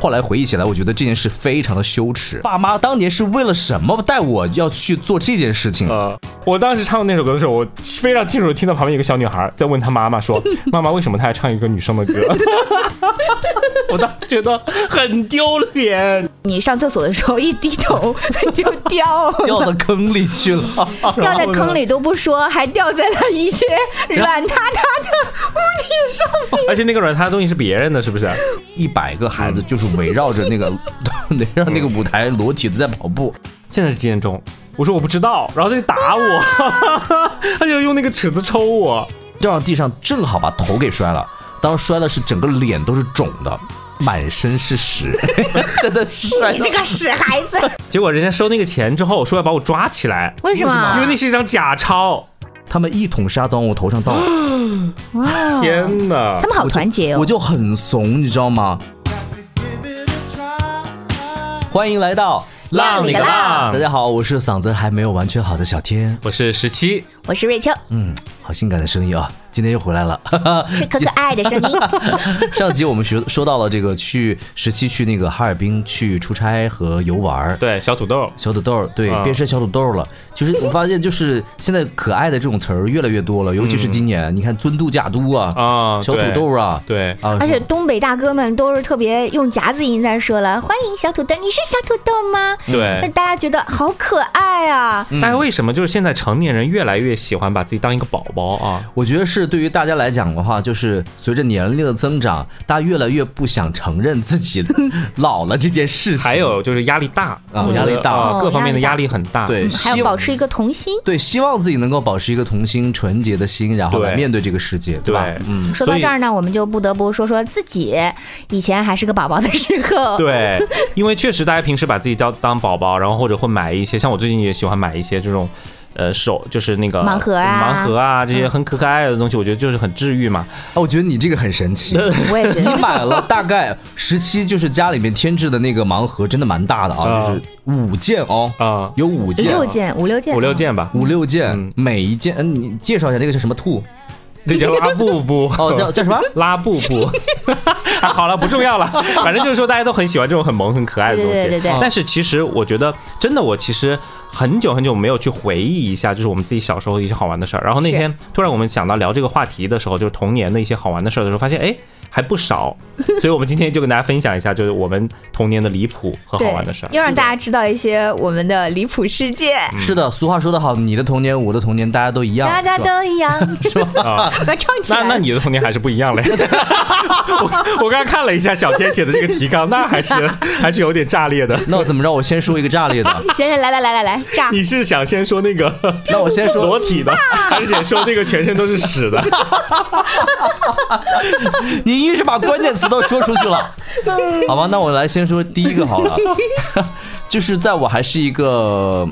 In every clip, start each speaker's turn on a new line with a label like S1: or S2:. S1: 后来回忆起来，我觉得这件事非常的羞耻。爸妈当年是为了什么带我要去做这件事情？
S2: 呃，我当时唱那首歌的时候，我非常清楚地听到旁边有个小女孩在问她妈妈说：“妈妈，为什么她要唱一个女生的歌？” 我当时觉得很丢脸。
S3: 你上厕所的时候一低 头就掉了，
S1: 掉到坑里去了。
S2: 啊
S3: 掉在坑里都不说，还掉在了一些软塌塌的物体上面。
S2: 而且那个软塌的东西是别人的，是不是？
S3: 嗯
S1: 一百个孩子就是围绕着那个 围绕那个舞台裸体的在跑步，
S2: 现在是几点钟？我说我不知道，然后他就打我， 他就用那个尺子抽我。
S1: 掉到地上正好把头给摔了，当时摔了是整个脸都是肿的，满身是屎， 真的摔
S3: 你这个屎孩子，
S2: 结果人家收那个钱之后，说要把我抓起来，
S3: 为什么？
S2: 因为那是一张假钞。
S1: 他们一桶沙子往我头上倒，
S3: 哎哇，
S2: 天哪
S3: 他！们好团结哦
S1: 我！就很怂，你知道吗？欢迎来到
S3: 浪里个
S2: 浪
S1: 大家好，我是嗓子还没有完全好的小天，
S2: 我是十七，
S3: 我是瑞秋，
S1: 嗯，好性感的声音啊，今天又回来了。 哈哈。
S3: 是可可爱爱的声音。
S1: 嗯上集我们学说到了这个去十七去那个哈尔滨去出差和游玩儿。
S2: 对，小土豆。
S1: 小土豆儿，对，
S2: 啊
S1: 变身小土豆儿了。就是我发现，就是现在可爱的这种词儿越来越多了，尤其是今年，你看“尊度假都”啊，
S2: 嗯啊，
S1: 小土
S2: 对
S1: 豆儿啊，
S2: 对，
S1: 啊，
S3: 而且东北大哥们都是特别用夹子音在说了，欢迎小土豆，你是小土豆吗？
S2: 对
S1: 嗯
S3: 那大家觉得好可爱啊！
S2: 但为什么就是现在成年人越来越喜欢把自己当一个宝宝啊？
S1: 我觉得是对于大家来讲的话，就是随着年龄的增长，大家越来越不想承认自己老了这件事情。
S2: 还有就是压力大
S1: 啊
S2: 我觉
S1: 压力
S2: 得
S1: 大
S2: 啊
S3: 哦
S2: 各方面的
S3: 压
S2: 压力很大。
S1: 对，
S3: 还
S1: 希
S3: 要
S1: 望
S3: 保持一个童心。
S1: 对，嗯希望自己能够保持一个童心、纯洁的心，然后来
S2: 对
S1: 面对这个世界，对
S2: 对
S1: 吧？嗯，
S3: 说
S2: 所
S3: 到
S2: 以
S3: 这儿呢，我们就不得不说说自己以前还是个宝宝的时候。
S2: 对，因为确实大家平时把自己叫当宝宝，然后或者会买一些，像我最近也喜欢买一些这种。呃，手就是那个
S3: 盲盒啊
S2: 盲盒啊，这些很可可爱的东西，我觉得就是很治愈嘛。
S1: 啊，我觉得你这个很神奇。
S3: 我也 觉
S1: 你
S3: 得，
S1: 买了大概十七，就是家里面添置的那个盲盒，真的蛮大的啊，
S2: 啊
S1: 就是五件哦，
S2: 啊，
S1: 有五件
S3: 六
S1: 啊，
S3: 件五六件
S2: 五六，件吧，
S1: 五六件
S2: 嗯，
S1: 每一件，嗯，你介绍一下那个是什么兔？
S2: 这叫拉布布
S1: 哦，叫叫什么？
S2: 拉布布。啊， 好了，不重要了，反正就是说大家都很喜欢这种很萌、很可爱的东西。
S3: 对对对对对
S2: 但是其实我觉得，真的，我其实很久很久没有去回忆一下，就是我们自己小时候的一些好玩的事儿。然后那
S3: 是
S2: 天突然我们想到聊这个话题的时候，就是童年的一些好玩的事儿的时候，发现哎还不少。所以我们今天就跟大家分享一下，就是我们童年的离谱和好
S3: 对
S2: 玩的嗯事儿，。
S3: 要让大家知道一些我们的离谱世界。
S1: 是的，俗话说得好，你的童年，我的童年，大家都一样，
S3: 大家
S1: 是吧
S3: 都 一样，
S1: 是吧？
S2: 啊，
S3: 我要唱起
S2: 那
S3: 来。
S2: 那你的童年还是不一样嘞。 我我刚才看了一下小天写的这个提纲，那还是还是有点炸裂的。
S1: 那我怎么着？我先说一个炸裂 的，
S3: 行行，来来来来来， 炸！
S2: 你是想先说那个
S1: 那我先说
S2: 裸体 的，还是想说那个全身都是屎的？
S1: 你硬是把关键词都说出去 了，好吧？那我来先说第一个好了，就是在我还是一个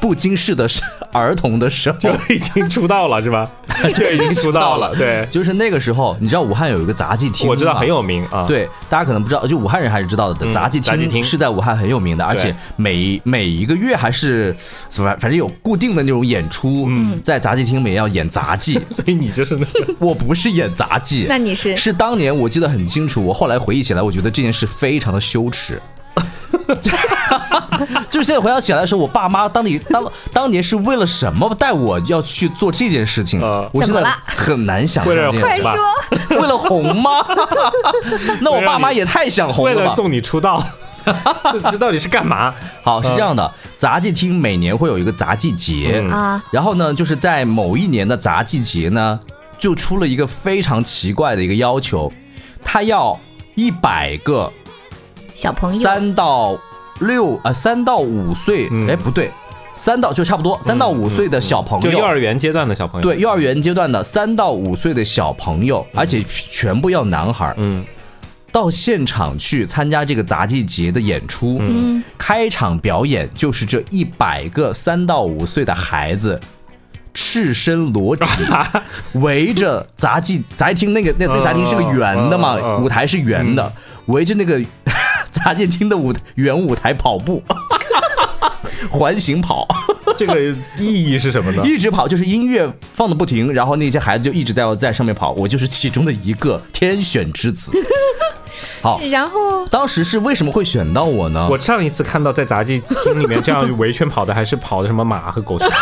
S1: 不经事的时儿童的时候，
S2: 就已经出道了 是吧？就已经出道了，对，
S1: 就是那个时候，你知道武汉有一个杂技厅吗，
S2: 我知道很有名啊。，
S1: 对，大家可能不知道，就武汉人还是知道的。
S2: 嗯
S1: 杂技
S2: 杂技
S1: 厅
S2: 厅
S1: 是在武汉很有名的，而且每每一个月还是什么，反正有固定的那种演出，
S2: 嗯
S1: 在杂技厅里面要演杂 技。
S2: 所以你就是那个
S1: 我不是演杂技，
S3: 那你是
S1: 是当年我记得很清楚，我后来回忆起来，我觉得这件事非常的羞耻。 就是现在回想起来的时候，我爸妈当年当当年是为了什么带我要去做这件事情？
S2: 呃
S1: 我现
S3: 怎么
S1: 在
S3: 了
S1: 很难想象
S2: 为
S1: 这
S2: 了
S1: 件事。
S3: 快说，
S1: 为了红吗？ 那我爸妈也太想红
S2: 为
S1: 了
S2: 了
S1: 吧？
S2: 送你出道， 这这到底是干嘛？
S1: 好，是这样的，杂技厅每年会有一个杂技节，
S2: 嗯
S3: 啊，
S1: 然后呢，就是在某一年的杂技节呢，就出了一个非常奇怪的一个要求，他要一百个
S3: 小朋友，
S1: 三到六啊三到五岁，哎、
S2: 嗯
S1: 不对，三到就差不多三到五岁的小朋
S2: 就
S1: 友。
S2: 幼儿园阶段的小朋友。，
S1: 对幼儿园阶段的三到五岁的小朋友，而且全部要男孩儿，
S2: 嗯，
S1: 到现场去参加这个杂技节的演出，
S3: 嗯，
S1: 开场表演就是这一百个三到五岁的孩子。赤身裸 体围着杂技杂技厅那个那那杂技厅是个圆的嘛
S2: 嗯嗯，嗯嗯
S1: 舞台是圆的，围着那个 杂技厅的舞圆舞台跑步， 环形跑，
S2: 这个意义是什么 呢？
S1: 一直跑，就是音乐放的不停，然后那些孩子就一直在在上面跑，我就是其中的一个天选之子。好，
S3: 然后
S1: 当时是为什么会选到我呢？
S2: 我上一次看到在杂技厅里面这样围圈跑的，还是跑的什么马和狗熊。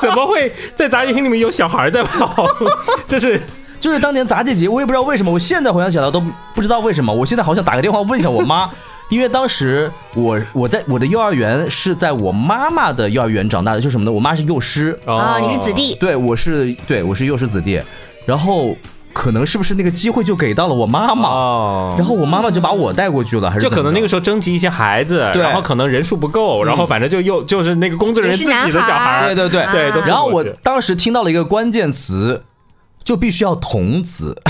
S2: 怎么会在杂技厅里面有小孩在跑？ 这是
S1: 就是当年杂技节，我也不知道为什么，我现在回想起来都不知道为什么。我现在好想打个电话问一下我 妈，因为当时我我在我的幼儿园是在我妈妈的幼儿园长大的，就是什么呢？我妈是幼师，
S2: 哦
S3: 啊，你是子，弟，
S1: 对我是对我是幼师子弟，然后可能是不是那个机会就给到了我妈妈，
S2: 哦
S1: 然后我妈妈就把我带过去了，还是
S2: 就可能那
S1: 个
S2: 个时候征集一些孩子，
S1: 对嗯
S2: 然后可能人数不够，然后反正就又就是那个工作人员自己的小孩，
S1: 对对对
S2: 对，都送过去
S1: 然后我当时听到了一个关键词，就必须要童子。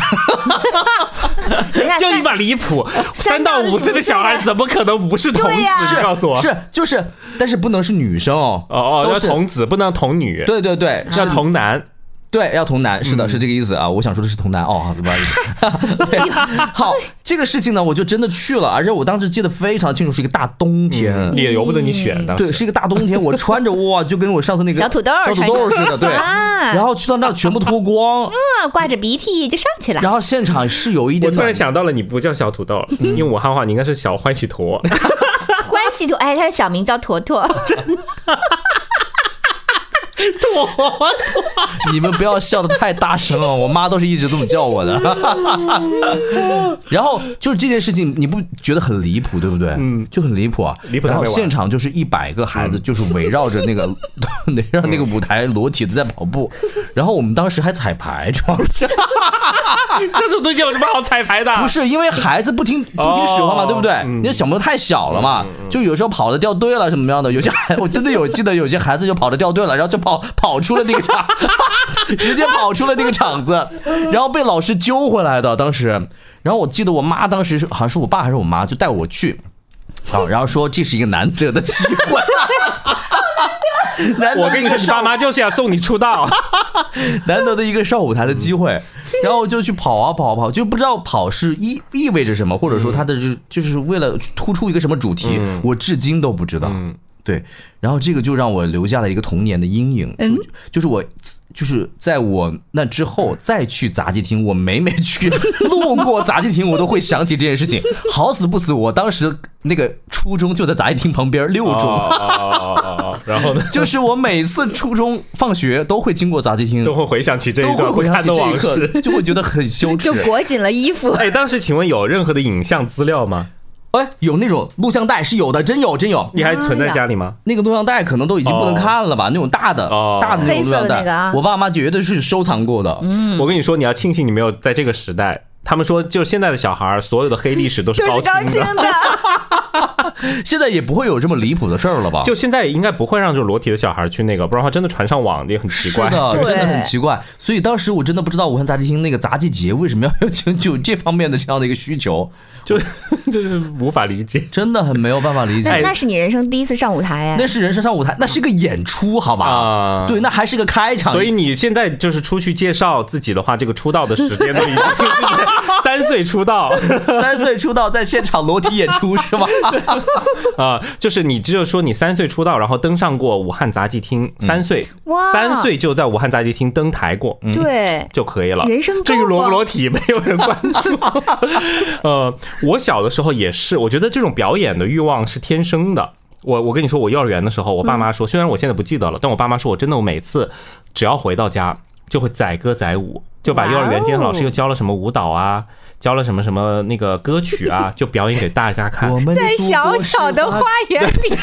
S3: 等一下
S2: 就
S3: 三
S2: 你把离谱，三
S3: 到
S2: 到五岁的小孩
S3: 五岁的
S2: 怎么可能不是童子？
S3: 对呀
S2: 你告诉我，
S1: 是就是，但是不能是女生哦，
S2: 哦哦，
S1: 都
S2: 要
S1: 是
S2: 童子不能童女，
S1: 对对对，
S2: 要童男。
S1: 对，要同男，是的，
S2: 嗯
S1: 是这个意思啊。我想说的是同男哦，好不好意思。对 好，这个事情呢，我就真的去了，而且我当时记得非常清楚，是一个大冬天。
S2: 嗯也由不得你选，当时
S1: 对，是一个大冬天，我穿着哇，就跟我上次那个
S3: 小土豆儿
S1: 小土豆儿似的，对。
S3: 啊
S1: 然后去到那儿全部脱 光，
S3: 啊挂着鼻涕就上去了。
S1: 然后现场是有一
S2: 我
S1: 点
S2: 突
S1: 暖嗯
S2: 然，想到了，你不叫小土豆，用武汉话你应该是小欢喜 坨。
S3: 欢喜坨，哎，他的小名叫 坨坨，
S1: 你们不要笑的太大声 了，我妈都是一直这么叫我的。 然后就是这件事情，你不觉得很离谱，对不对？嗯，就很离谱啊。
S2: 离谱
S1: 然
S2: 到
S1: 后
S2: 没完嗯
S1: 现场就是一百个孩子，就是围绕着那个 围绕那个舞台裸体的在跑 步。然后我们当时还彩排，主要是
S2: 这种东西有什么好彩排的？
S1: 不是因为孩子不听不听使唤嘛，
S2: 哦嗯
S1: 对不对？那小朋友太小了嘛，就有时候跑的掉队了什么样的，有些孩 我真的有记得有些孩子就跑的掉队了，然后就跑跑出了那个场， 直接跑出了那个场子，然后被老师揪回来的当时。然后我记得我妈当时是好像是我爸还是我妈就带我去，啊，然后说这是一个难得的机会。 难得
S2: 我跟你
S1: 一
S2: 说，
S1: 个
S2: 你
S1: 上
S2: 爸妈就是要送你出道。
S1: 难得的一个上舞台的机会，然后就去跑啊跑啊跑，就不知道跑是意意味着什么，或者说它的就就是为了突出一个什么主题，我至今都不知道。
S2: 嗯
S1: 对，然后这个就让我留下了一个童年的阴影，就就是我，就是在我那之后再去杂技厅，我每每去路过杂技厅，我都会想起这件事情。好死不死，我当时那个初中就在杂技厅旁边六中，
S2: 啊 哦，然后呢，
S1: 就是我每次初中放学都会经过杂技厅，
S2: 都会回想起这
S1: 嗯都
S2: 一
S1: 会
S2: 段不
S1: 回想
S2: 堪
S1: 起
S2: 的
S1: 这一
S2: 往事。
S1: 刻，就会觉得很羞耻
S3: 就。裹紧了衣服。
S2: 哎，当时请问有任何的影像资料吗？
S1: 哎，有那种录像带是有的，真有真有。
S2: 你还存在家里吗？
S1: 那个录像带可能都已经不能看了吧，那种大的、
S2: 哦
S1: 大的那种录像
S3: 黑色的
S1: 带，
S3: 那个啊嗯
S1: 我爸妈绝对是收藏过的。
S2: 我跟你说，你要庆幸你没有在这个时代。他们说，就是现在的小孩儿，所有的黑历史都是
S3: 就
S2: 高
S3: 是高
S2: 清
S3: 清
S2: 的。
S3: 的，
S1: 现在也不会有这么离谱的事儿了吧？
S2: 就现在应该不会让这种裸体的小孩儿去那个，不然的话真的传上网也很奇怪。
S1: 是的，
S3: 对
S1: 真的很奇怪。所以当时我真的不知道武汉杂技厅那个杂技节为什么要 有就就这方面的这样的一个需求，
S2: 就 就是无法理解。
S1: 真的很没有办法理
S3: 那
S1: 解。
S3: 那是你人生第一次上舞台哎
S1: 那，是人生上舞台，那是个演出，好吧？
S2: 啊
S1: 对，那还是个开场。
S2: 所以你现在就是出去介绍自己的话，这个出道的时间都已经 三岁出道
S1: 三岁出道，在现场裸体演出是吗？
S2: 啊、就是你只有说你三岁出道，然后登上过武汉杂技厅，三岁，
S3: 哇
S2: 三岁就在武汉杂技厅登台过，嗯，
S3: 对，
S2: 就可以了。
S3: 人生
S2: 至于
S3: 高
S2: 裸不
S3: 光
S2: 裸体，没有人关 注。呃，我小的时候也是，我觉得这种表演的欲望是天生的。我我跟你说，我幼儿园的时候，我爸
S3: 嗯
S2: 妈说，虽然我现在不记得了，但我爸妈说我真的，我每次只要回到家就会载歌载舞，就把幼儿
S3: 哦
S2: 园监考老师又教了什么舞蹈啊，教了什么什么那个歌曲啊，就表演给大家看。
S1: 我们的
S3: 啊在
S1: 祖国
S3: 小
S1: 是
S3: 小的
S1: 花
S3: 花园里，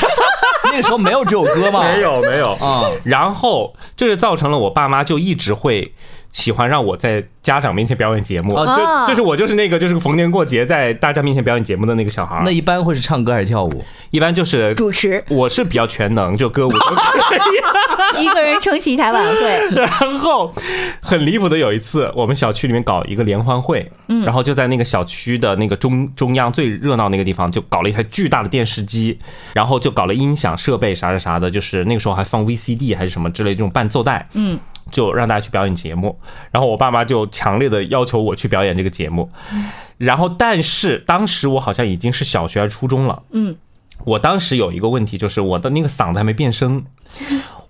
S1: 那个时候 没有这首歌吗？
S2: 没有没有
S1: 啊，
S2: 然后这就造成了我爸妈就一直会喜欢让我在家长面前表演节目，
S1: 哦
S3: 哦
S2: 就就是我就是那个就是逢年过节在大家面前表演节目的那个小孩儿
S1: 那，一般会是唱歌还是跳舞？
S2: 一般就是
S3: 主持
S2: 我是比较全能，就 歌舞 都可以。
S3: 一个人撑起一台晚 会，
S2: 然后很离谱的有一次，我们小区里面搞一个联欢会，
S3: 嗯
S2: 然后就在那个小区的那个中中央最热闹那个地方，就搞了一台巨大的电视机，然后就搞了音响设备啥啥啥的，就是那个时候还放 VCD 还是什么之类这种伴奏带，嗯。就让大家去表演节目，然后我爸妈就强烈的要求我去表演这个节目，然后但是当时我好像已经是小学还是初中了，
S3: 嗯，
S2: 我当时有一个问题就是我的那个嗓子还没变声，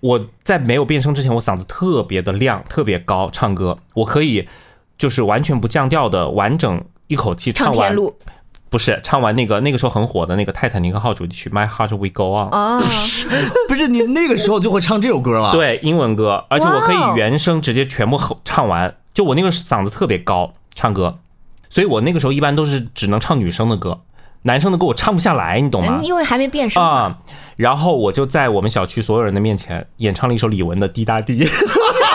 S2: 我在没有变声之前，我嗓子特别的亮，特别高，唱歌我可以就是完全不降调的完整一口气唱
S3: 唱天
S2: 完，
S3: 路
S2: 不是唱完那个那个时候很火的那个泰坦尼克号主题曲《My Heart Will Go On》。
S3: 哦，
S1: 不是你那个时候就会唱这首歌了？，
S2: 对，英文歌，而且我可
S3: 哇哦
S2: 以原声直接全部吼唱完，就我那个嗓子特别高，唱歌，所以我那个时候一般都是只能唱女生的歌，男生的歌我唱不下来，你懂吗
S3: 嗯？因为还没变声，
S2: 啊、然后我就在我们小区所有人的面前演唱了一首李玟的《滴答滴》。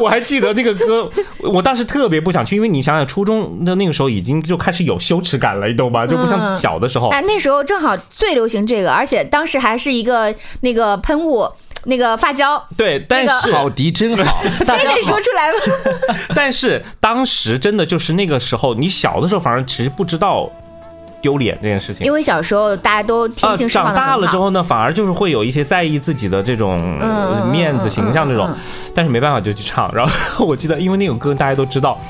S2: 我还记得那个歌，我当时特别不想去，因为你想想，初中的那个时候已经就开始有羞耻感了，你懂吧？就不像
S3: 嗯
S2: 小的时候。
S3: 哎，那时候正好最流行这个，而且当时还是一个那个喷雾，那个发胶，
S2: 对，但
S3: 那
S2: 是
S1: 好迪真好，大
S3: 非
S1: 家
S3: 得
S1: 好
S3: 说。出
S2: 哦
S3: 来吗？
S2: 但是当时真的就是那个时候，你小的时候反而其实不知道丢脸这件事情
S3: 因。为小时候大家都天
S2: 呃，
S3: 性释放
S2: 长
S3: 的
S2: 大了之后呢，反而就是会有一些在意自己的这种
S3: 嗯嗯
S2: 面子、
S3: 嗯
S2: 形象这种
S3: 嗯，
S2: 但是没办法就去唱。然后我记得，因为那首歌大家都知道，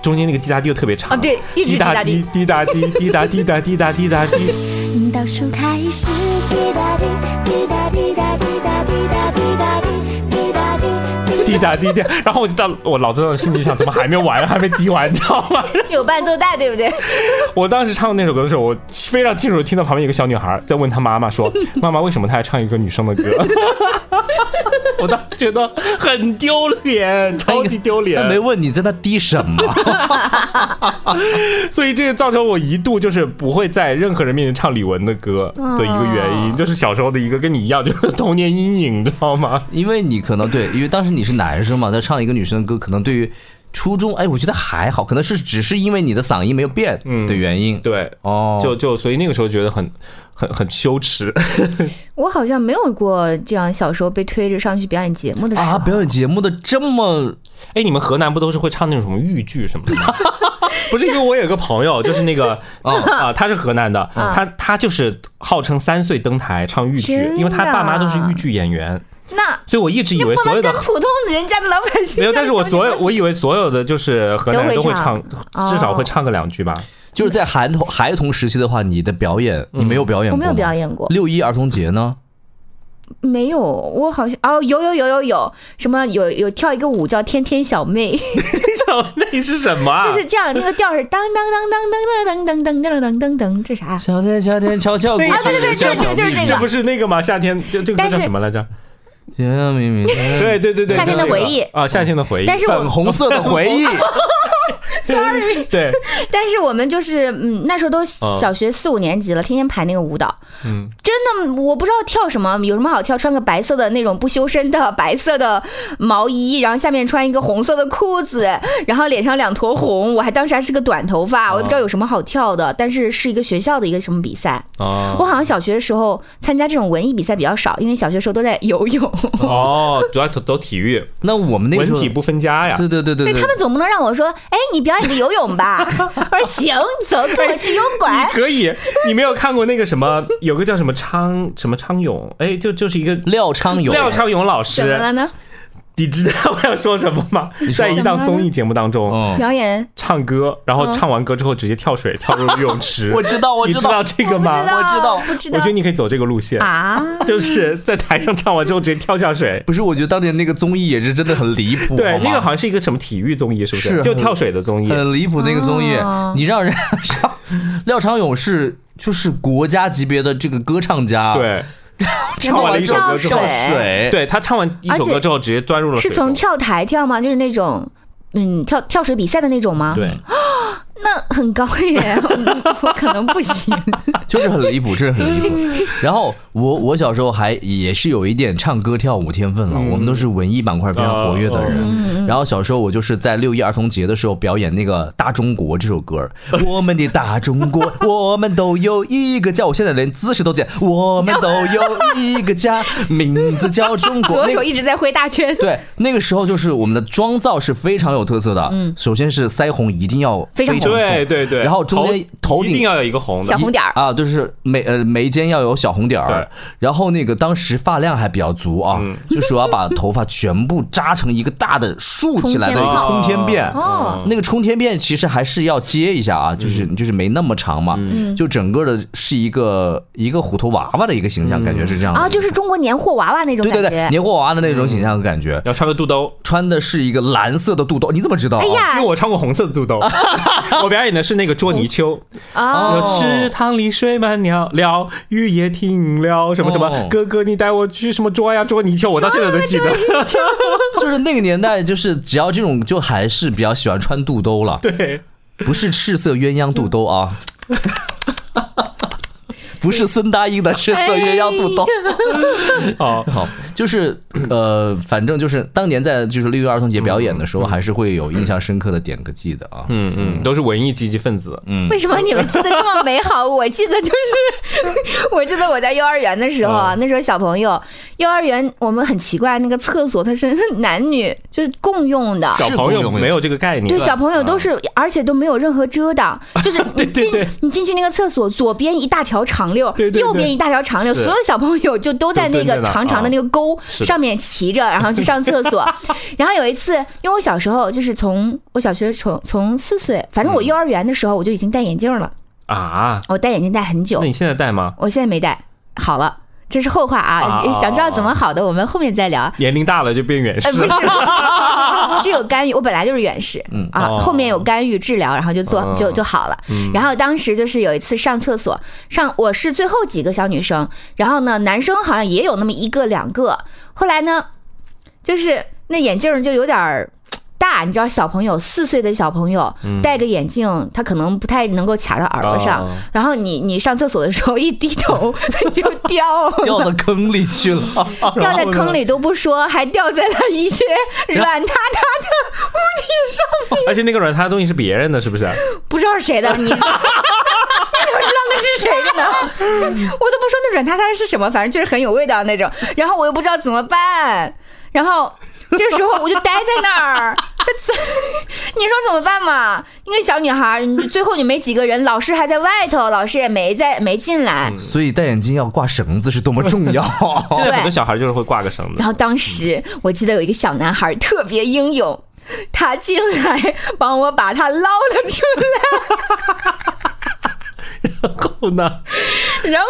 S2: 中间那个滴答滴又特别长，
S3: 啊对一直
S2: 滴答
S3: 滴
S2: 滴滴答滴滴答滴答滴答滴答滴。
S4: 倒数开始，滴答滴，滴答滴答滴答滴答滴答滴，滴答滴滴
S2: 滴答滴答，然后我就到我老子的心里就想，怎么还没完，还没滴完，你知道吗？
S3: 有伴奏带，对不对？
S2: 我当时唱那首歌的时候，我非常清楚地听到旁边有个小女孩在问她妈妈说：“妈妈，为什么她还唱一个女生的歌？” 我当时觉得很丢脸，超级丢
S1: 他没
S2: 脸，
S1: 问你在那滴什么，
S2: 所以这个造成我一度就是不会在任何人面前唱李玟的歌的一个原因，就是小时候的一个跟你一样，就是童年阴影，你知道吗？
S1: 因为你可能对，因为当时你是男生嘛，在唱一个女生的歌，可能对于初中，哎，我觉得还好，可能是只是因为你的嗓音没有变的原因。
S2: 对，
S1: 哦，
S2: 就就所以那个时候觉得很很很羞耻，
S3: 我好像没有过这样小时候被推着上去表演节目的时候。
S1: 啊，表演节目的这么
S2: 哎，你们河南不都是会唱那种什么豫剧什么的吗？ 不是，因为我有个朋友，就是那 个啊、他是河南的，
S3: 嗯
S2: 他他就是号称三岁登台唱豫剧
S3: 真的，啊
S2: 因为他爸妈都是豫剧演员，
S3: 那
S2: 所以我一直以为
S3: 不
S2: 所有
S3: 能
S2: 的
S3: 跟。普通人家的老百姓
S2: 没有，但是我所有
S3: 相比
S2: 我以为所有的就是河南人都会唱
S3: 都会，唱哦
S2: 至少会唱个两句吧。
S1: 就是在孩童孩童时期的话，你的表演你没有表演
S3: 我
S1: 过吗，
S3: 没有表演过，
S1: 六一儿童节呢？
S3: 没有，我好像哦，有有有有有什么有有跳一个舞叫《天天小妹》，
S2: 小妹是什么啊？
S3: 就是这样，那个调是当当当当当当当当当当当当，这啥？
S1: 小天小天悄悄过去，
S2: 啊对
S3: 对对就是
S1: 小
S3: 就是这个
S2: 这不是那个吗？夏天这这个歌
S3: 但
S2: 叫
S3: 是
S2: 什么来着？
S1: 小秘 密，
S2: 对对对对，
S3: 夏天的
S2: 就是那个
S3: 回忆
S2: 啊，夏天的回忆。
S3: 但是
S1: 粉
S3: 我
S1: 红色的回忆。
S2: 对，
S3: 但是我们就是嗯，那时候都小学四五年级了，天天排那个舞蹈，
S2: 嗯，
S3: 真的我不知道跳什么，有什么好跳？穿个白色的那种不修身的白色的毛衣，然后下面穿一个红色的裤子，然后脸上两坨红，我还当时还是个短头发，我也不知道有什么好跳的，但是是一个学校的一个什么比赛，
S2: 哦
S3: 我好像小学的时候参加这种文艺比赛比较少，因为小学时候都在游泳。
S2: 哦，主要走走体育，
S1: 那我们那个
S2: 文
S1: 时候
S2: 体不分家呀。
S1: 对对对对
S3: 对他们总不能让我说，哎，你表演个游泳吧。我说行，走，跟我去游泳馆。
S2: 可以，你没有看过那个什么，有个叫什么昌什么昌永，哎，就就是一个
S1: 廖昌永，
S2: 廖昌永 老
S3: 怎么
S2: 师，
S3: 了呢？
S2: 你知道我要说什么吗
S1: 你？说
S2: 在一档综艺节目当中
S1: 嗯，
S3: 表演
S2: 唱歌，然
S3: 嗯
S2: 后唱完歌之后直接跳水，跳入游泳 池。
S1: 我知道我
S2: 你
S1: 知
S2: 知
S1: 道
S2: 道，这个
S3: 我
S2: 吗？
S1: 我知道
S3: 不知道，
S2: 我觉得你可以走这个路线，
S3: 啊，
S2: 就是在台上唱完之后直接跳下水。
S1: 不是，我觉得当年那个综艺也是真的很离谱，
S2: 对，那个好
S1: 像
S2: 像是一个什么体育综艺，是不
S1: 是
S2: 是？就跳水的综艺。
S1: 很离谱那个综艺
S3: 哦，
S1: 你让人家上 廖昌永是就是国家级别的这个歌唱家，，
S2: 对，
S3: 然后
S2: 唱完了一首歌之
S1: 跳
S2: 后
S3: 跳
S1: 水，，
S2: 对他唱完一首歌之后直接钻入了
S3: 是
S2: 水
S3: 从
S2: 中。
S3: 跳台跳吗？就是那种。嗯，跳跳水比赛的那种吗？，
S2: 对，
S3: 那很高耶， 我可能 不行。
S1: 就是很离谱，真的很离谱。
S2: 嗯
S1: 然后我我小时候还也是有一点唱歌跳舞天分了，
S2: 嗯
S1: 我们都是文艺板块非常活跃的
S2: 哦
S1: 人。然后小时候我就是在六一儿童节的时候表演那个《大中国》这首歌， 我们的大中国，我们都有一个家，我现在连姿势都见，我们都有一个家，名字叫中 国。
S3: 左
S1: 那
S3: 手
S1: 个
S3: 一直在挥大圈，
S1: 对，那个时候就是我们的妆造是非常有特色的。嗯，首先是腮红一定要
S3: 非常
S1: 非
S3: 红
S1: 常重，
S2: 对对对，
S1: 然后中间头
S2: 一定
S1: 顶
S2: 要有一个红的
S3: 小，红点儿
S1: 啊，对就是眉呃眉间要有小红点儿
S2: 对，
S1: 然后那个当时发量还比较足啊，就说要把头发全部扎成一个大的竖起来的一个冲
S2: 冲天
S1: 天辫。
S2: 哦
S3: 哦，
S1: 那个冲天辫其实还是要接一下啊，就是就是没那么长嘛，
S3: 嗯
S1: 就整个的是一个一个虎头娃娃的一个形象，感觉是这
S2: 哦
S1: 样的
S3: 啊，就是中国年货娃娃那种
S1: 对
S3: 感觉。
S1: 对对，年货娃娃的那种形象的感觉，
S2: 要穿个肚兜。
S1: 穿的是一个蓝色的肚兜，你怎么知道啊？
S3: 哎呀
S2: 因为我穿过红色的 肚兜，我表演的是那个捉泥鳅，
S3: 啊，
S2: 我池塘里水满了，了雨也停了，什么什么，
S1: 哦
S2: 哥哥你带我去什么捉呀捉泥鳅，我到现在都记得。
S1: 就是那个年代，就是只要这种，就还是比较喜欢穿肚兜了，
S2: 对，
S1: 不是赤色鸳鸯肚兜 啊，不是孙答应的赤色鸳鸯肚兜。
S2: 哎哦，
S1: 好，就是呃，反正就是当年在就是六一儿童节表演的时候，还是会有印象深刻的点个记的啊。
S2: 嗯嗯，都是文艺积极分子，嗯，
S3: 为什么你们记得这么美好？ 我记得就是， 我记得我在幼儿园的时候
S2: 嗯
S3: 啊，那时候小朋友，幼儿园我们很奇怪，那个厕所它是男女就是共用的。
S2: 小朋友没有这个概念，
S3: 对，小朋友都是，而且都没有任何 遮挡，就是你
S2: 对
S3: 进
S2: 对
S3: 你进去那个厕所，左边一大条长溜
S2: 对，对对
S3: 右边一大条长溜，
S2: 是
S3: 所有小朋友就都在
S2: 都
S3: 那
S2: 蹲在
S3: 个
S2: 那儿啊
S3: 长长的那个沟
S2: 的
S3: 上面骑着，然后去上厕 所。然后有一次，因为我小时候就是从我小学从从四岁，反
S2: 嗯
S3: 正我幼儿园的时候我就已经戴眼镜了，
S2: 啊。
S3: 我戴眼镜戴很久
S2: 那，你现在戴吗？
S3: 我现在没戴，好了，这是后话啊。
S2: 啊
S3: 想知道怎么好的，我们后面再聊。啊
S2: 年龄大了就变远视
S3: 呃，不
S2: 了，
S3: 是，是有干预，我本来就是远视，啊，
S2: 哦
S3: 后面有干预治疗，然后就做、
S2: 嗯
S3: 就就好了。然后当时就是有一次上厕所，上我是最后几个小女生，然后呢，男生好像也有那么一个两个。后来呢，就是那眼镜儿就有点儿。大，你知道小朋友四岁的小朋友戴个眼镜，他可能不太能够卡到耳朵上
S2: 嗯哦。
S3: 然后你你上厕所的时候一低头， 它就掉了。
S1: 掉到坑里去 了，
S3: 掉在坑里都不说，还掉在了一些软塌塌
S2: 而且那个软塌的东西是别人的，是不是？
S3: 的，不知道是谁的，你你怎么 知道那是谁的呢？ 我都不说那软塌塌的是什么，反正就是很有味道那种。然后我又不知道怎么办，然后这时候我就待在那儿， 你说怎么办嘛？那个小女孩儿，你最后你没几个人，老师还在外头，老师也没在没进来。
S1: 所以戴眼镜要挂绳子是多么重要。
S2: 现在很多小孩 就是会挂个绳子
S3: 然，后当时我记得有一个小男孩特别英勇，他进来帮我把他捞了出
S2: 然后呢？
S3: 来，然后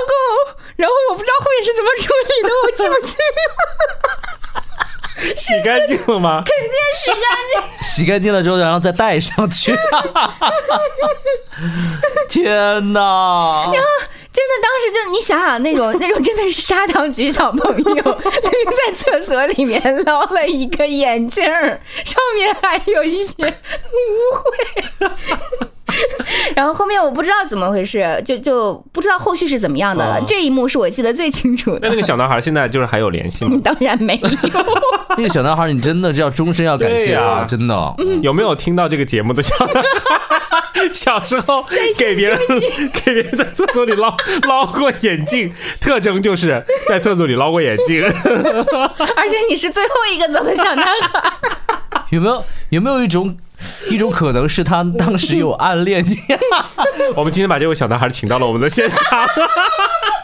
S3: 然后我不知道后面是怎么处理的，我记不清了。
S2: 洗干净了吗？
S1: 洗干净了之后，然后再戴上 去。天 哪！
S3: 真的，当时就你想想那种那种真的是砂糖橘小朋友，在厕所里面捞了一个眼镜儿，上面还有一些污秽。然后后面我不知道怎么回事，就就不知道后续是怎么样的了。
S2: 哦
S3: 这一幕是我记得最清楚
S2: 那
S3: 的
S2: 那。个小男孩现在就是还有联系吗？
S3: 当然没有，
S1: 那个小男孩，你真的是要终身要感谢
S2: 对
S1: 啊！
S2: 呀
S1: 真的，
S2: 有没有听到这个节目的小 男孩？小时候给别人 给别人在厕所里捞捞过眼镜，特征就是在厕所里捞过眼镜。
S3: 而且你是最后一个走的小男孩。
S1: 有没有有没有一种一种可能是他当时有暗恋你？
S2: 我们今天把这位小男孩请到了我们的现场，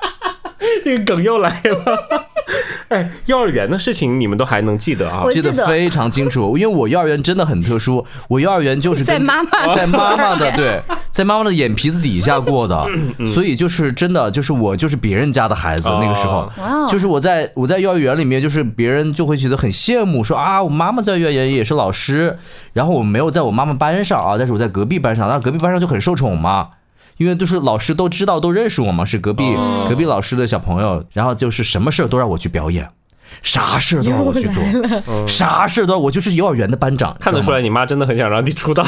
S2: 这个梗又来了。 哎，幼儿园的事情你们都还能记得啊
S3: 我？
S1: 记得
S3: 记得
S1: 非常清楚，因为我幼儿园真的很特殊，我幼儿园就是跟
S3: 在妈妈的
S1: 在妈妈
S3: 幼儿
S1: 的
S3: 园
S1: 对，在妈妈的眼皮子底下过的，所以就是真的就是我就是别人家的孩子，
S2: 嗯哦
S1: 那个时候
S3: 哇哦
S1: 就是我在我在幼儿园里面，就是别人就会觉得很羡慕，说啊，我妈妈在幼儿园也是老师，然后我没有在我妈妈班上啊，但是我在隔壁班上，那隔壁班上就很受宠嘛。因为就是老师都知道都认识我嘛，是隔壁、
S2: 哦
S1: 隔壁老师的小朋友，然后就是什么事儿都让我去表演，啥事儿都让我去做，啥事儿都让我就是幼儿园的班长，
S2: 嗯看得出
S1: 来。
S2: 来，你妈真的很想让你出道，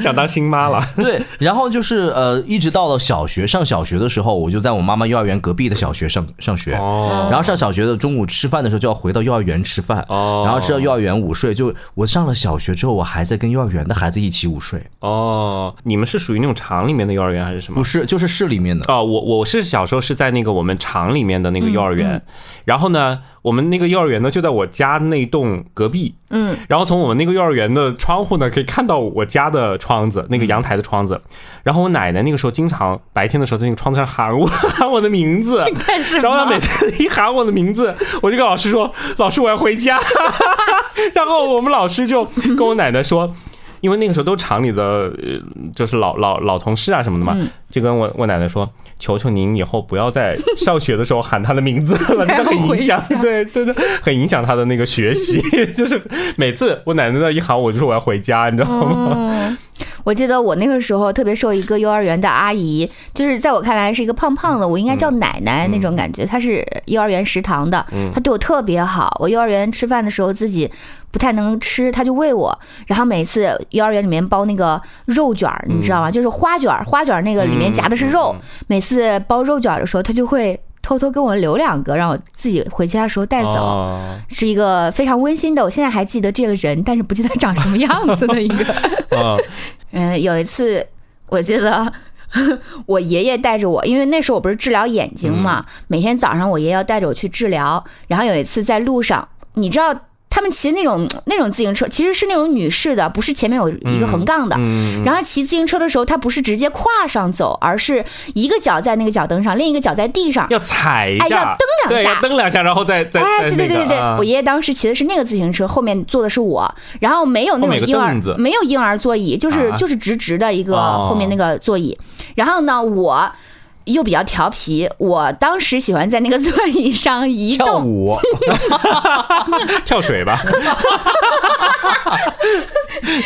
S2: 想当新妈了。
S1: 对， 然后就是呃，一直到了小学，上小学的时候，我就在我妈妈幼儿园隔壁的小学上上学。
S2: 哦
S1: 然后上小学的中午吃饭的时候就要回到幼儿园吃饭，
S2: 哦
S1: 然后吃到幼儿园午睡。就我上了小学之后，我还在跟幼儿园的孩子一起午睡，
S2: 哦，你们是属于那种厂里面的幼儿园还是什么啊
S1: 不？是，就是市里面的。
S2: 哦，我我是小时候是在那个我们厂里面的那个幼儿园，
S1: 嗯
S2: 园。然后呢，我们那个幼儿园呢就在我家那栋隔壁。
S3: 嗯，
S2: 然后从我们那个幼儿园的窗户呢，可以看到我家的窗子，
S1: 嗯
S2: 那个阳台的窗子。然后我奶奶那个时候经常白天的时候在那个窗子上喊我 喊我的名字，
S3: 干 什
S2: 然后他
S3: 么
S2: 每？天一喊我的名字，我就跟老师说：“ 老师，我要回家。” 然后我们老师就跟我奶奶说， 因为那个时候都厂里的呃就是老老老同事啊什么的嘛，
S3: 嗯
S2: 就跟我我奶奶说：“求求您以后不要在上学的时候喊他的名字 了，真的很影响
S3: 还要回家，
S2: 对对对，很影响他的那个学习。 就是每次我奶奶那一喊我，就说我要回家，你知道吗？
S3: 嗯，我记得我那个时候特别受一个幼儿园的阿姨，就是在我看来是一个胖胖的，我应该叫奶奶那种感觉。她是幼儿园食堂的，她对我特别好。我幼儿园吃饭的时候自己不太能吃，她就喂我。然后每次幼儿园里面包那个肉卷儿，你知道吗？就是花卷儿，花卷儿那个里面夹的是肉。每次包肉卷儿的时候，她就会。偷偷跟我留两个，让我自己回家的时候带走。
S2: 哦
S3: 是一个非常温馨的，我现在还记得这个人，但是不记得他长什么样子的一个。
S2: 嗯
S3: 嗯，有一次我记得 我爷爷带着我，因为那时候我不是治疗眼睛嘛，
S2: 嗯
S3: 每天早上我爷爷要带着我去治疗。然后有一次在路上，你知道他们骑那种那种自行车，其实是那种女士的，不是前面有一个横杠的。
S2: 嗯，
S3: 然后骑自行车的时候，他不是直接跨上走，而是一个脚在那个脚蹬上，另一个脚在地上。
S2: 要踩一
S3: 哎
S2: 下，
S3: 要蹬两
S2: 对，
S3: 下
S2: 要蹬两下，然后再再
S3: 哎，
S2: 再
S3: 对对
S2: 那
S3: 对
S2: 个
S3: 对对，
S2: 啊
S3: 我爷爷当时骑的是那个自行车，后面坐的是我，然后没有那
S2: 后
S3: 种
S2: 面有个
S3: 婴儿
S2: 凳子，
S3: 没有婴儿座椅，就是、
S2: 啊
S3: 就是直直的一个
S2: 哦
S3: 后面那个座椅。然后呢，我又比较调皮，我当时喜欢在那个 座椅上移
S1: 跳
S3: 动，
S1: 舞，
S2: 跳水 吧。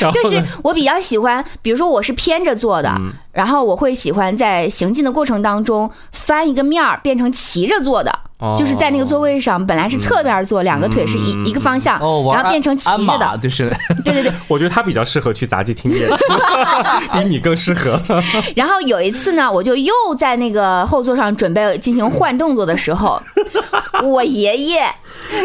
S2: 然
S3: 就
S2: 后
S3: 是
S2: 呢？
S3: 我比较喜欢，比如说我是偏着坐的，
S2: 嗯
S3: 然后我会喜欢在行进的过程当中翻一个面儿变成骑着坐的。
S2: 哦嗯
S3: 就是在那个座位上，本来是侧面坐，两个腿是一、一个方向，
S1: 哦，玩
S3: 然后变成骑
S1: 鞍
S3: 着
S1: 马
S3: 的，
S1: 就是
S3: 对对对，
S2: 我觉得他比较适合去杂技厅 演出，比你更适合。
S3: 然后有一次呢，我就又在那个后座上准备进行换动作的时候，我爷爷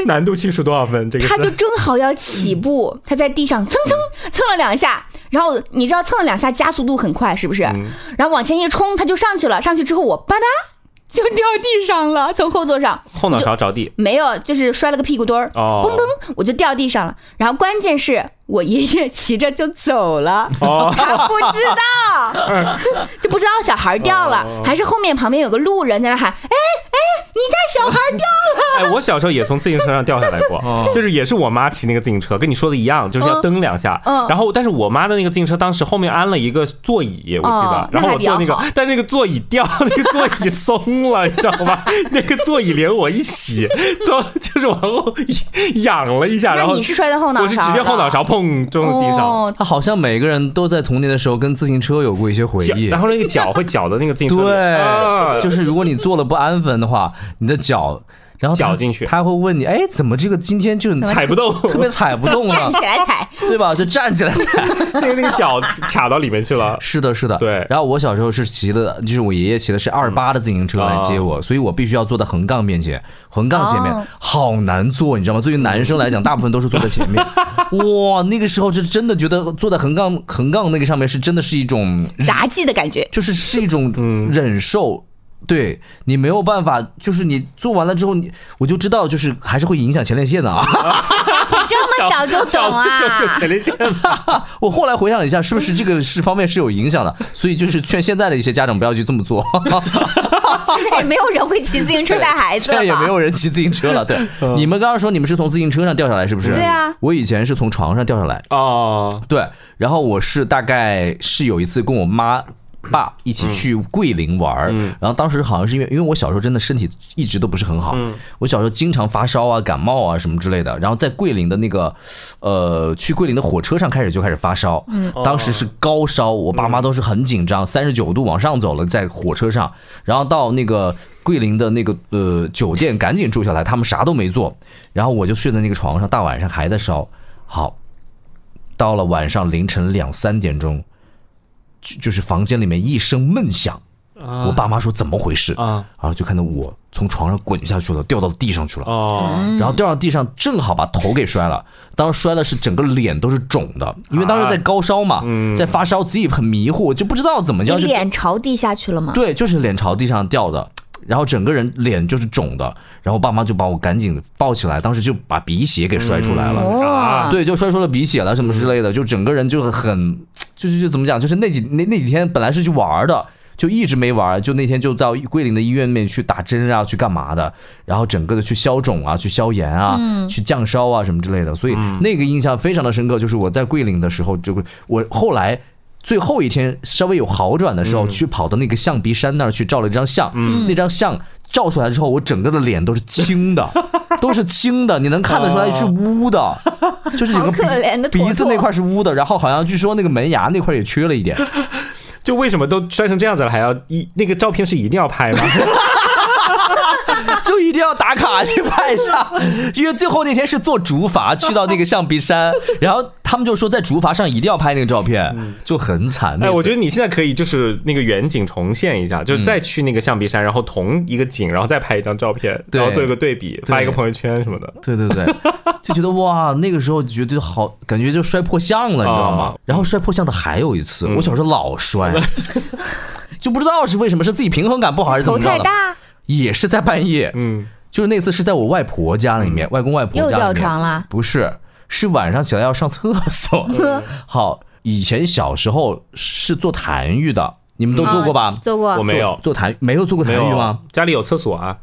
S2: 难度系数多少分？这个
S3: 他就是正好要起步，他在地上蹭蹭蹭了两下，然后你知道蹭了两下加速度很快是不是？然后往前一冲，他就上去了，上去之后我吧嗒就掉地上了，从后座上
S2: 后脑勺着地。
S3: 没有，就是摔了个屁股墩儿，
S2: 哦
S3: 嘣噔我就掉地上了。然后关键是我爷爷骑着就走了。
S2: 哦，
S3: 他不知道，就不知道小孩掉了，还是后面旁边有个路人在那喊：“哎哎，你家小孩掉
S2: 哎，我小时候也从自行车上掉下来过，
S1: 哦
S2: 就是也是我妈骑那个自行车，跟你说的一样，就是要蹬两下。
S3: 嗯嗯
S2: 然后，但是我妈的那个自行车当时后面安了一个座椅，我记得
S3: 哦，
S2: 然后我坐那
S3: 那还比
S2: 个
S3: 较好，
S2: 但是那个座椅掉，那个座椅松了，你知道吗？那个座椅连我一起都就是往后仰了一下，
S3: 了。”
S2: 然
S3: 那
S2: 后
S3: 你是摔在后脑勺？
S2: 我是直接后脑勺碰撞到地上。
S3: 哦，
S1: 他好像每个人都在童年的时候跟自行车有过一些回
S2: 脚
S1: 忆
S2: 然。后那个脚会绞的那个自行车里，啊
S1: 对，就是如果你坐了不安分的话，你的脚，然后他
S2: 绞进去
S1: 他会问你，哎，怎么这个今天就
S2: 踩不动，
S1: 特别踩不动
S3: 站
S1: 了
S3: 起，来踩，
S1: 对吧？就站起来 踩。
S2: 那个那个脚卡到里面去了。
S1: 是的，是的，
S2: 对嗯
S1: 然后我小时候是骑的，就是我爷爷骑的是二八的自行车来接
S2: 哦
S1: 我，所以我必须要坐在横杠面前，横杠前面、
S3: 哦
S1: 好难坐，你知道吗？对于男生来讲，大部分都是坐在 前面。哇，那个时候是真的觉得坐在横杠横杠那个上面是真的是一种，
S3: 杂技的感觉。
S1: 就是是一种忍受。对你没有办法，就是你做完了之后，你我就知道，就是还是会影响前列腺的啊。
S3: 这么小就懂啊？
S2: 小前列腺
S1: 我后来回想了一下，是不是这个是方面是有影响的？所以就是劝现在的一些家长不要去这么 做。
S3: 现在也没有人会骑自行车带孩 子
S1: 现在
S3: 了
S1: 也没
S3: 吧？
S1: 有人骑自行车了。对，你们刚刚说你们是从自行车上掉下来，是不是？
S3: 对啊。
S1: 我以前是从床上掉下来，
S2: 哦，
S1: 对。然后我是大概是有一次跟我妈。爸一起去桂林玩儿、然后当时好像是因为，因为我小时候真的身体一直都不是很好，我小时候经常发烧啊、感冒啊什么之类的，然后在桂林的那个，呃，去桂林的火车上开始就开始发烧，当时是高烧，我爸妈都是很紧张，三十九度往上走了，在火车上，然后到那个桂林的那个呃酒店赶紧住下来，他们啥都没做，然后我就睡在那个床上，大晚上还在烧。好，到了晚上凌晨两三点钟，就就是房间里面一声闷响，我爸妈说怎么回事
S2: 啊
S1: 然后就看到我从床上滚下去了，掉到地上去了。
S2: 哦，
S1: 然后掉到地上，正好把头给摔了。当时摔了是整个脸都是肿的，因为当时在高烧嘛，在发烧，自己很迷糊，就不知道怎么
S3: 你
S1: 样就
S3: 脸朝地下去了吗？
S1: 对，就是脸朝地上掉的。然后整个人脸就是肿的，然后爸妈就把我赶紧抱起来，当时就把鼻血给摔出来了。
S2: 啊
S3: 哦，
S1: 对，就摔出了鼻血了什么之类的，就整个人就很，就是就怎么讲，就是那几那那几天本来是去玩儿的，就一直没玩儿，就那天就到桂林的医院面去打针啊，去干嘛的，然后整个的去消肿啊，去消炎啊，去降烧啊什么之类的，所以那个印象非常的深刻，就是我在桂林的时候，就会我后来。最后一天稍微有好转的时
S3: 嗯
S1: 候，去跑到那个象鼻山那儿去照了一张相，那张相照出来之后，我整个的脸都是青 的，都是青的，你能看得出来是污的，就是整个
S3: 哦好可怜的
S1: 鼻
S3: 坨
S1: 鼻子
S3: 坨
S1: 那块是污的，然后好像据说那个门牙那块也缺了一 点，
S2: 就为什么都摔成这样子了，还要一那个照片是一定要拍 吗？
S1: 就一定要打卡去拍一下，因为最后那天是坐竹筏去到那个象鼻山，然后他们就说在竹筏上一定要拍那个照片，
S3: 嗯
S1: 就很惨。
S2: 哎，我觉
S1: 得
S2: 得你现在可以就是那个远景重现一下，就是再去那个象鼻山，然后同一个景，然后再拍一张照片，
S1: 对
S2: 然后做一个对比，发一个朋友圈什么的。
S1: 对对 对，就觉得哇，那个时候觉得好，感觉就摔破相了，你知道吗
S2: 啊？嗯
S1: 然后摔破相的还有一次，我小时候老 摔。就不知道是为什么，是自己平衡感不好还是怎
S3: 头
S1: 么着
S3: 太
S1: 的？
S3: 大
S1: 也是在半夜，
S2: 嗯，
S1: 就是那次是在我外婆家里面，外公外婆家
S3: 又
S1: 里面
S3: 掉床了，嗯
S1: 不是，是晚上起来要上厕所。 好，以前小时候是做痰盂的，你们都做过吧？
S3: 啊做过
S2: 我，没有
S1: 做做痰没有做过痰
S2: 没
S1: 盂
S2: 有
S1: 吗？？
S2: 家里有厕所啊，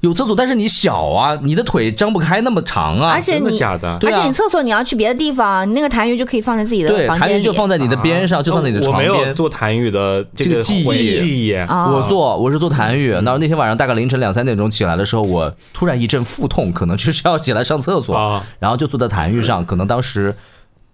S1: 有厕所，但是你小啊，你的腿张不开那么长啊，
S3: 而且
S2: 真的
S3: 你，
S2: 假的？
S1: 对
S3: 而
S1: 啊
S3: 且你厕所你要去别的地方，你那个痰盂就可以放在自己的
S1: 对
S3: 房
S1: 痰
S3: 间
S1: 盂
S3: 里。啊
S1: 就放在你的边上，就放在你的
S2: 哦我
S1: 床
S2: 没
S1: 边。
S2: 有做痰盂的
S1: 这个
S2: 记
S1: 记忆
S2: 记忆。
S3: 啊
S1: 我做我是做痰盂，然后那天晚上大概凌晨两三点钟起来的时候，我突然一阵腹痛，可能就是要起来上厕所
S2: 啊，
S1: 然后就坐在痰盂上，可能当时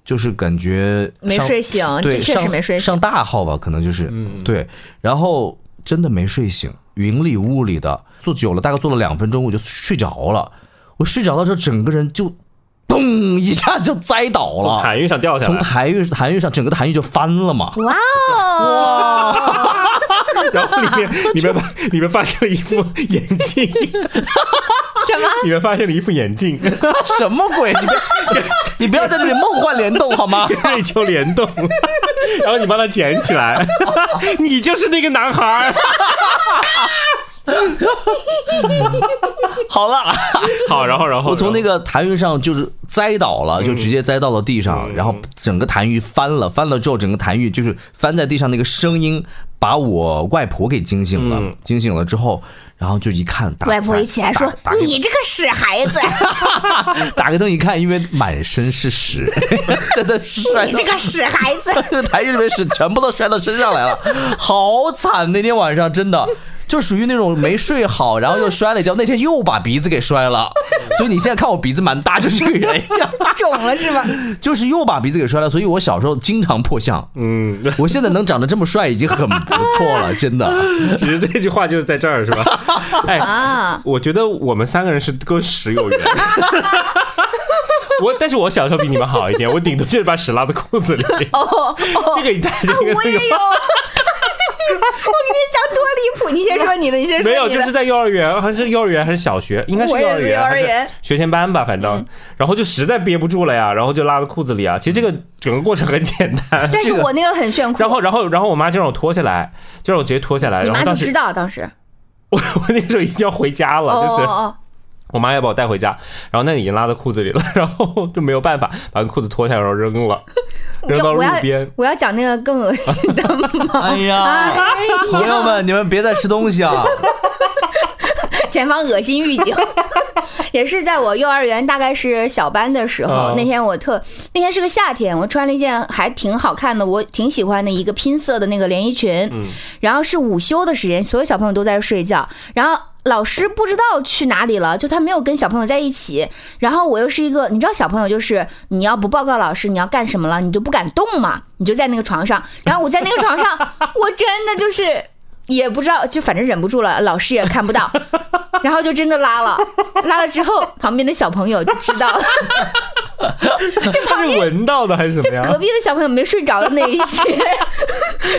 S1: 就是感觉
S3: 没
S1: 上
S3: 睡醒，
S1: 对，
S3: 这确实
S1: 上
S3: 没睡醒。
S1: 上大号吧，可能就是，
S2: 嗯
S1: 对，然后真的没睡醒，云里雾里的，坐久了，大概坐了两分钟，我就睡着了。我睡着的时候，整个人就咚一下就栽倒
S2: 从
S1: 了，
S2: 痰盂上掉下
S1: 从
S2: 来，
S1: 痰盂痰盂上，整个痰盂就翻了嘛。
S3: 哇哦！
S2: 然后 里面里面发 里面发现了一副眼镜，
S3: 什么？
S2: 里面发现了一副眼镜，跟
S1: 什么鬼？你不要你不要在这里梦幻联动好吗？
S2: 瑞秋联动，然后你帮他捡起 来，你就是那个男孩儿。
S1: 好了，
S2: 好，然后然后
S1: 我从那
S2: 个
S1: 个痰盂上就是栽倒了，就直接栽到了地上，然后整个痰盂翻了，翻了之后整个痰盂就是翻在地上那个声音把我外婆给惊醒了，惊醒了之后，然后就一看，打
S3: 外婆一起来说
S1: 打打：“
S3: 你这个屎孩子，
S1: 打开灯一看，因为满身是屎，真的是摔
S3: 你这个屎孩子。
S1: 这 台剧里面屎全部都摔到身上来了，好惨！那天晚上真的就属于那种没睡好，然后又摔了一跤，那天又把鼻子给摔了，所以你现在看我鼻子蛮大，就是这个原因，
S3: 肿了是 吧？
S1: 就是又把鼻子给摔了，所以我小时候经常破相。
S2: 嗯，
S1: 我现在能长得这么帅已经很不错了，真的。
S2: 其实这句话就是在这儿，是 吧？哎，
S3: 啊，
S2: 我觉得我们三个人是跟屎有缘。我，但是我小时候比你们好一点，我顶多就是把屎拉到裤子里。
S3: 哦，
S2: 这个一代这个
S3: 我
S2: 那
S3: 也
S2: 个
S3: 有。 我跟你讲多离谱，你先说你的，你先 说
S2: 没有，
S3: 你
S2: 就
S3: 的。
S2: 是在幼儿园，还是幼儿园还是小学，应该是
S3: 我
S2: 幼
S3: 也
S2: 儿
S3: 是
S2: 园，
S3: 幼儿
S2: 还是
S3: 园嗯
S2: 学前班吧，反正，然后就实在憋不住了呀，然后就拉到裤子里啊。其实这个整个过程很简单，
S3: 但是
S1: 这个
S3: 我那个很炫酷，
S2: 然后，然后，然后我妈就让我脱下来，就让我直接脱下来。
S3: 你
S2: 然
S3: 妈
S2: 后
S3: 就
S2: 当时
S3: 知道当时。
S2: 我 我那时候已经要回家
S3: 哦
S2: 了，就
S3: 哦
S2: 是
S3: 哦，
S2: 我妈要把我带回家，然后那已经拉到裤子里了， 然后就没有办法把裤子脱下来，然后扔 了，
S3: 我
S2: 扔
S3: 要
S2: 到
S3: 我
S2: 路
S3: 要
S2: 边。
S3: 我要讲那个更恶心的吗？
S1: 哎
S2: 啊
S1: 呀，朋友们，你们别再吃东西啊！
S3: 前方恶心预警。 也是在我幼儿园，大概是小班的时候，
S2: 啊
S3: 那天我特那天是个夏天，我穿了一件还挺好看的，我挺喜欢的一个拼色的那个连衣裙，然后是午休的时间，所有小朋友都在睡觉，然后。老师不知道去哪里了，就他没有跟小朋友在一起。然后我又是一个，你知道小朋友就是你要不报告老师你要干什么了，你就不敢动嘛，你就在那个床上。然后我在那个床上，我真的就是也不知道，就反正忍不住了，老师也看不到，然后就真的拉了，拉了之后，旁边的小朋友就知道了，
S2: 他是闻到的还是什么呀？
S3: 隔壁的小朋友没睡着的那一 些，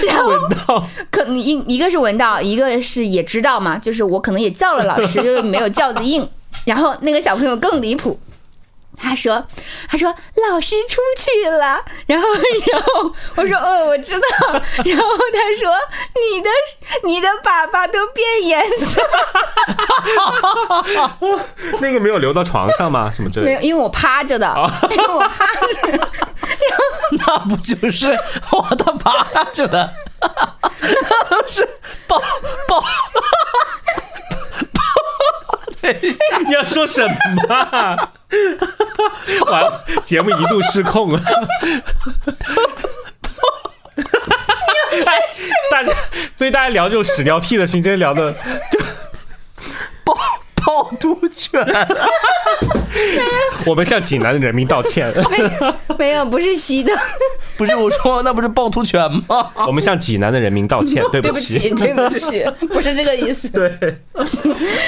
S3: 然后
S2: 闻到，
S3: 可能一一个是闻到，一个是也知道 嘛，就是我可能也叫了老师，就是没有叫的应。然后那个小朋友更离谱，他说：“他说老师出去了。” 然后，然后我说：“哦，我知道。” 然后他说：“你的你的粑粑都变颜色了
S2: 那个没有流到床上吗？什么之
S3: 没
S2: 类
S3: 有？
S2: 的？
S3: 因为我 趴着的，因为我趴着。
S1: 那不就是我的趴着的，那都是抱抱。
S2: 你要说什么啊？完了，节目一度失控 了。 哎大家，所以大家聊这种屎尿屁的事情，真的聊的
S1: 暴暴毒犬，
S2: 我们向济南的人民道歉，
S3: 没有，不是吸 的，
S1: 不是我说那不是暴徒犬吗？
S2: 我们向济南的人民道歉，对
S3: 对不
S2: 起
S3: 起，。对不起， 不是这个意 思。
S2: 对，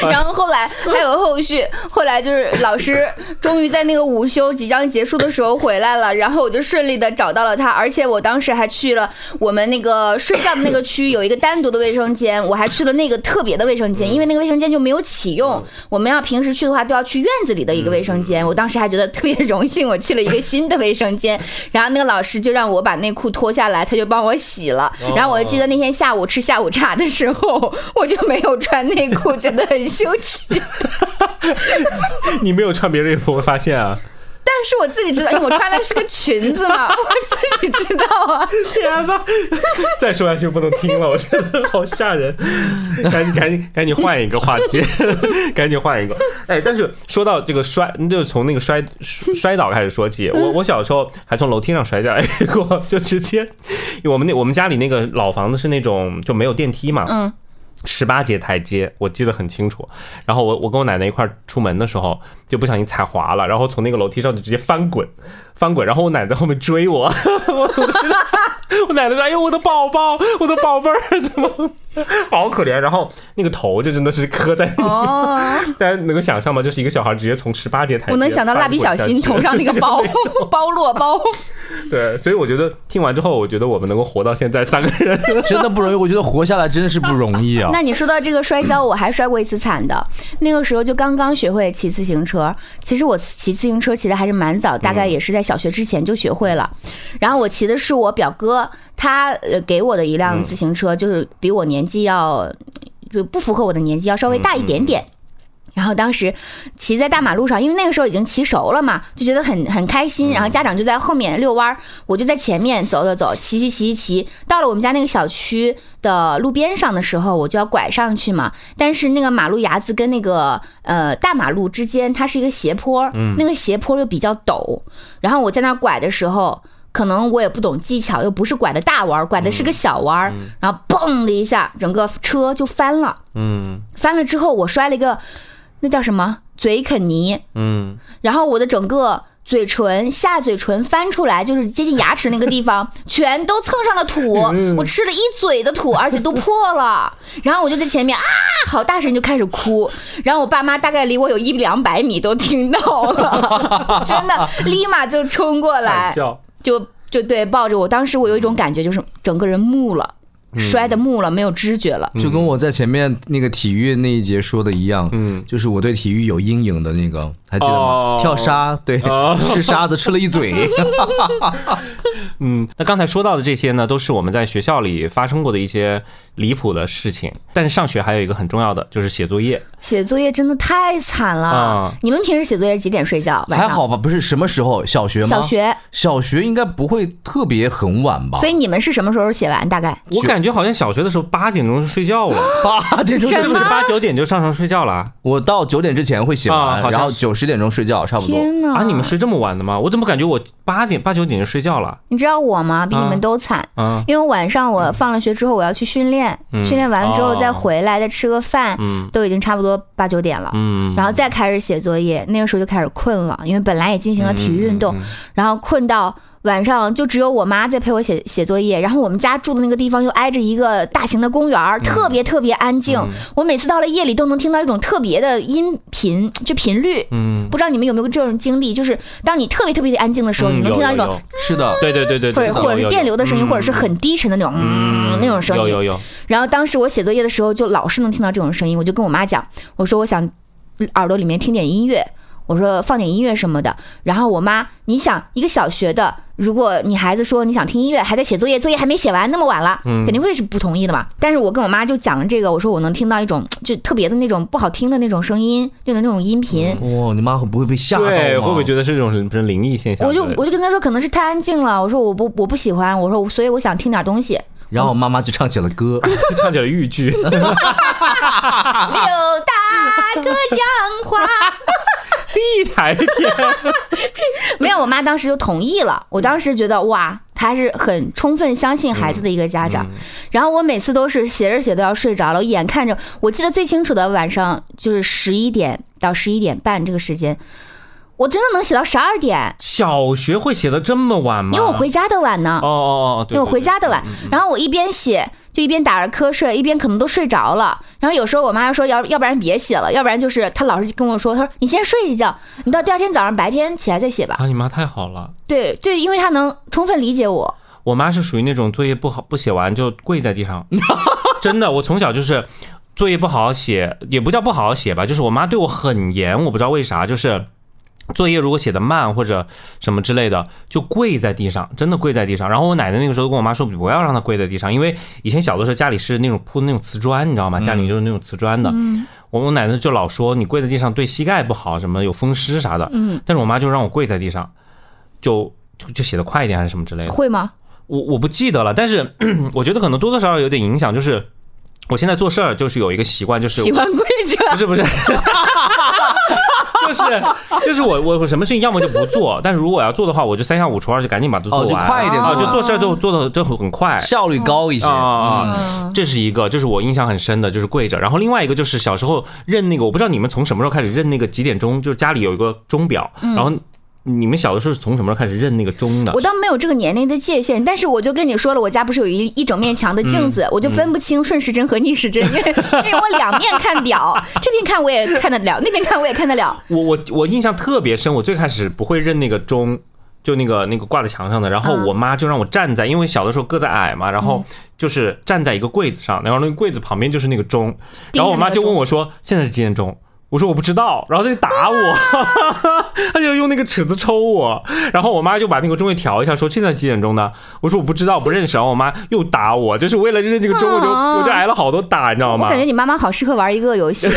S3: 然后后来还有后续，后来就是老师终于在那个午休即将结束的时候回来了，然后我就顺利的找到了他，而且我当时还去了我们那个睡觉的那个区有一个单独的卫生间，我还去了那个特别的卫生间，因为那个卫生间就没有启用，我们要平时去的话都要去院子里的一个卫生间，我当时还觉得特别荣幸，我去了一个新的卫生间， 然后那个老师就让我把内裤脱下来，他就帮我洗了，然后我就记得那天下午吃下午茶的时候， 我就没有穿内裤，觉得很羞耻。
S2: 你没有穿别人也不会发现啊！
S3: 但是我自己知道，因为我穿的是个裙子嘛， 我自己知道啊。
S2: 天哪，再说下去不能听了，我 觉得好吓人。 赶紧赶紧赶紧换一个话题， 赶紧换一个。哎，但是说到这个摔，就是从那个摔摔摔倒开始说起。我我小时候还从楼梯上摔下来过， 就直接，因为我们那我们家里那个老房子是那种就没有电梯嘛，
S3: 嗯，
S2: 十八节台阶，我记得很清楚。然后我我跟我奶奶一块儿出门的时候，就不小心踩滑了，然后从那个楼梯上就直接翻滚，翻滚。然后我奶奶在后面追我， 我我奶奶说：“哎呦，我的宝宝，我的宝贝儿， 怎么好可怜？”然后那个头就真的是磕在，
S3: 哦，
S2: 大家能够想象吗？就是一个小孩直接从十八节台阶
S3: 我能想到蜡笔小新 头上那个包包落包，
S2: 翻滚下去。对，所以我觉得听完之后，我觉得我们能够活到现在三个人，
S1: 真的不容易，我觉得活下来真的是不容易啊。
S3: 那你说到这个摔跤，我还摔过一次惨的。那个时候就刚刚学会骑自行车，其实我骑自行车骑的还是蛮早，大概也是在小学之前就学会了。然后我骑的是我表哥他呃给我的一辆自行车，就是比我年纪要就不符合我的年纪，要稍微大一点点。然后当时骑在大马路上，因为那个时候已经骑熟了嘛，就觉得很很开心。然后家长就在后面遛弯儿，我就在前面走走走，骑骑骑骑。到了我们家那个小区的路边上的时候，我就要拐上去嘛。但是那个马路牙子跟那个呃大马路之间，它是一个斜坡，那个斜坡又比较陡。然后我在那儿拐的时候。可能我也不懂技巧，又不是拐的大弯儿，拐的是个小弯儿，然后嘣的一下，整个车就翻了。
S2: 嗯
S3: 翻了之后，我摔了一个，那叫什么嘴啃泥，
S2: 嗯，
S3: 然后我的整个嘴唇、下嘴唇翻出来，就是接近牙齿那个地 方，全都蹭上了土，
S2: 嗯
S3: 我吃了一嘴的土，而且都破了。然后我就在前面啊，好大声就开始哭，然后我爸妈大概离我有一两百米都听 到了，真的，立马就冲过来，
S2: 叫
S3: 就就对抱着我，当时我有一种感觉，就是整个人木了，
S2: 嗯
S3: 摔的木了，没有知觉了。
S1: 就跟我在前面那个体育那一节说的一样，
S2: 嗯
S1: 就是我对体育有阴影的那个，还记得吗？
S2: 哦
S1: 跳沙，对，
S2: 哦
S1: 吃沙子吃了一嘴，
S2: 嗯，那刚才说到的这些呢，都是我们在学校里发生过的一些离谱的事情。但是上学还有一个很重要的，就是写作业。
S3: 写作业真的太惨了！
S2: 啊
S3: 你们平时写作业几点睡觉？ 晚
S1: 还
S3: 上
S1: 好吧？不是什么时候？小学吗？
S3: 小，学，
S2: 啊
S1: 小学应该不会特别很晚吧？
S3: 所以你们是什么时候写完？大概
S2: 我感觉好像小学的时候八点钟就睡觉了，
S1: 八点钟
S3: 啊什
S1: 就
S2: 就是是
S3: 么
S2: 八九点就上床睡觉了啊
S1: 我到九点之前会写
S2: 啊
S1: 完，
S2: 好像
S1: 然后九十点钟睡觉，差不多。
S3: 天哪！
S2: 啊！你们睡这么晚的吗？我怎么感觉我八点八九点就睡觉了？
S3: 你知道我吗？比你
S2: 啊
S3: 们都惨。
S2: 啊，
S3: 因为晚上我放了学之后我要去训练，
S2: 嗯
S3: 训练完了之后再回来、再吃个饭，
S2: 嗯
S3: 都已经差不多八九点了。
S2: 嗯，
S3: 然后再开始写作业，那个时候就开始困了，因为本来也进
S2: 嗯
S3: 行了体育运动，然后困到晚上就只有我妈在陪我写写作业。然后我们家住的那个地方又挨着一个大型的公园
S2: 嗯
S3: 儿，特别特别安静。我每次到了夜里都能听到一种特别的音频，就频率。
S2: 嗯，
S3: 不知道你们有没有这种经历，就是当你特别特别安静的时候，
S2: 嗯
S3: 你能听到一
S2: 有
S3: 种
S2: 有有
S1: 是的，
S2: 对对对对，
S3: 或
S2: 知
S3: 者
S2: 道
S3: 或者
S2: 有
S3: 是
S2: 有
S3: 电流的声音，
S2: 嗯
S3: 或者是很低沉的那种嗯那种声
S2: 有有
S3: 音。
S2: 有，
S3: 然后当时我写作业的时候，就老是能听到这种声音，我就跟我妈讲，我说我想嗯耳朵里面听点音乐。我说放点音乐什么的。然后我妈，你想一个小学的，如果你孩子说你想听音乐，还在写作业，作业还没写完，那么晚了，肯定会是不同意的嘛。但是我跟我妈就讲了这个，我说我能听到一种就特别的那种不好听的那种声音，就那种音频。
S1: 哇，你妈会不会被吓到吗？
S2: 对，会不会觉
S1: 得
S2: 得是这种什么灵异现象
S3: 我
S2: 之类
S3: 就
S2: 的？
S3: 我就跟她说，可能是太安静了。我说我不我不喜欢，我说我所以我想听点东西。
S1: 然后妈妈就唱起了 歌，
S2: 就唱起了豫剧，
S3: 六 大哥讲话，
S2: 地台片，
S3: 没有，我妈当时就同意了。我当时觉得哇，她还是很充分相信孩子的一个家
S2: 嗯
S3: 长。然后我每次都是写着写着要睡着了，我眼看着，我记得最清楚的晚上就是十一点到十一点半这个时间，我真的能写到十二点，
S2: 小学会写的这么晚吗？
S3: 因为我回家的晚呢。
S2: 哦哦哦，对
S3: 因为我回家的晚，然后我一边写就一边打着瞌睡，一边可能都睡着了。然后有时候我妈说要要不然别写了，要不然就是她老是跟我说，她说你先睡一觉，你到第二天早上白天起来再写吧。
S2: 啊，你妈太好了。
S3: 对对，因为她能充分理解我。
S2: 我妈是属于那种作业不好不写完就跪在地上，真的，我从小就是作业不好好写，也不叫不好好写吧，就是我妈对我很严，我不知道为啥，就是作业如果写的慢或者什么之类的，就跪在地上，真的跪在地上。然后我奶奶那个时候跟我妈说，不要让她跪在地上，因为以前小的时候家里是那种铺的那种瓷砖，你知道吗？家里就是那种瓷砖的。我我奶奶就老说你跪在地上对膝盖不好，什么有风湿啥的。
S3: 嗯，
S2: 但是我妈就让我跪在地上，就就就写的快一点还是什么之类的。
S3: 会吗？
S2: 我我不记得了，但是 我觉得可能多多少少有点影响，就是我现在做事儿就是有一个习惯，就是
S3: 喜欢跪
S2: 不
S3: 着，
S2: 是不是。就是就是我我我什么事情要么就不做，但是如果我要做的话，我就三下五除二就赶紧把它做
S1: 哦，
S2: 完，
S1: 就快一点
S2: 啊，
S1: 做，
S2: 就做事儿就做的就很快
S1: 效率高一些
S2: 啊。啊啊！
S3: 嗯
S2: 这是一个，就是我印象很深的，就是跪着。然后另外一个就是小时候认那个，我不知道你们从什么时候开始认那个几点钟，就是家里有一个钟表，然后你们小的时候是从什么时候开始认那个钟的
S3: 嗯我？倒没有这个年龄的界限，但是我就跟你说了，我家不是有一一整面墙的镜
S2: 嗯
S3: 子，我就分不清顺时针和逆时针，因 为因为我两面看 表，这边看我也看得了，那边看我也看得了。
S2: 我我我印象特别深，我最开始不会认那个钟，就那个那个挂在墙上的，然后
S3: 嗯
S2: 我妈就让我站在，因为小的时候个子矮嘛，然后就是站在一个柜子上，然后那个柜子旁边就是那个钟，
S3: 盯着那个钟
S2: 然后我妈就问我说现在是几点钟？我说我不知道，然后她就打 我，她就用那个尺子抽我，然后我妈就把那个钟位调一下，说现在几点钟呢？我说我不知道，不认识。然后我妈又打我，就是为了认这个钟，我就
S3: 啊
S2: 我就挨了好多打，你知道
S3: 我
S2: 吗？
S3: 感觉你妈妈好适合玩一个 游戏，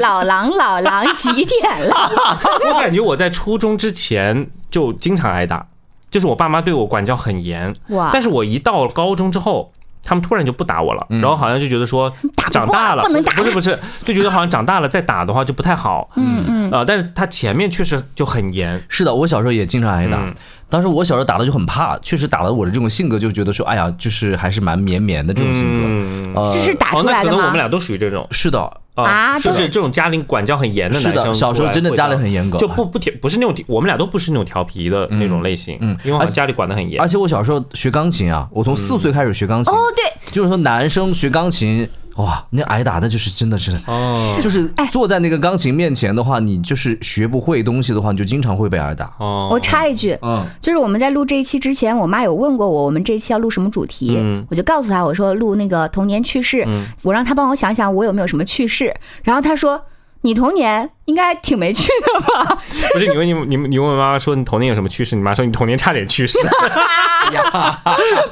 S3: 老狼老狼几点
S2: 啊
S3: 了？
S2: 我感觉我在初中之前就经常挨打，就是我爸妈对我管教很严。
S3: 哇
S2: 但是我一到高中之后，他们突然就不打我了，然后好像就觉得说
S3: 嗯打不
S2: 长
S3: 过
S2: 大了
S3: 不能打
S2: 不是不是，就觉得好像长大了再打的话就不太好。
S3: 嗯嗯，
S2: 呃，但是他前面确实就很严，
S1: 是的，我小时候也经常挨打。
S2: 嗯
S1: 当时我小时候打的就很怕，确实打了我的这种性格，就觉得说，哎呀，就是还是蛮绵绵的这种性格。
S2: 嗯
S1: 呃
S3: 这是打
S2: 哦，
S3: 出
S2: 那
S3: 来
S2: 可
S3: 的
S2: 能我
S3: 吗
S2: 们？俩都属于这种呃
S1: 是的，
S3: 啊
S2: 就
S3: 都
S2: 是这种家里管教很严的
S1: 是
S2: 男
S1: 的
S2: 生，
S1: 小时候真的家里很严格
S2: 就不不调，不是那种我们俩都不是那种调皮的那种类型，
S1: 嗯嗯
S2: 因为好像家里管得很严
S1: 而。且我小时候学钢琴啊，我从四岁开始学钢琴，
S3: 哦，对，
S1: 就是说男生学钢琴，哇，那挨打那就是真的是。
S2: 哦
S1: 就是
S3: 哎
S1: 坐在那个钢琴面前的话，你就是学不会东西的话，你就经常会被挨打。
S2: 哦，
S3: 我插一句，
S1: 嗯，
S3: 就是我们在录这一期之前，我妈有问过我，我们这一期要录什么主题，
S2: 嗯
S3: 我就告诉她，我说录那个童年趣事，我让她帮我想想我有没有什么趣事，然后她说。你童年应该挺没趣的吧？
S2: 不是你问你你你问妈妈说你童年有什么趣事，你妈说你童年差点去世。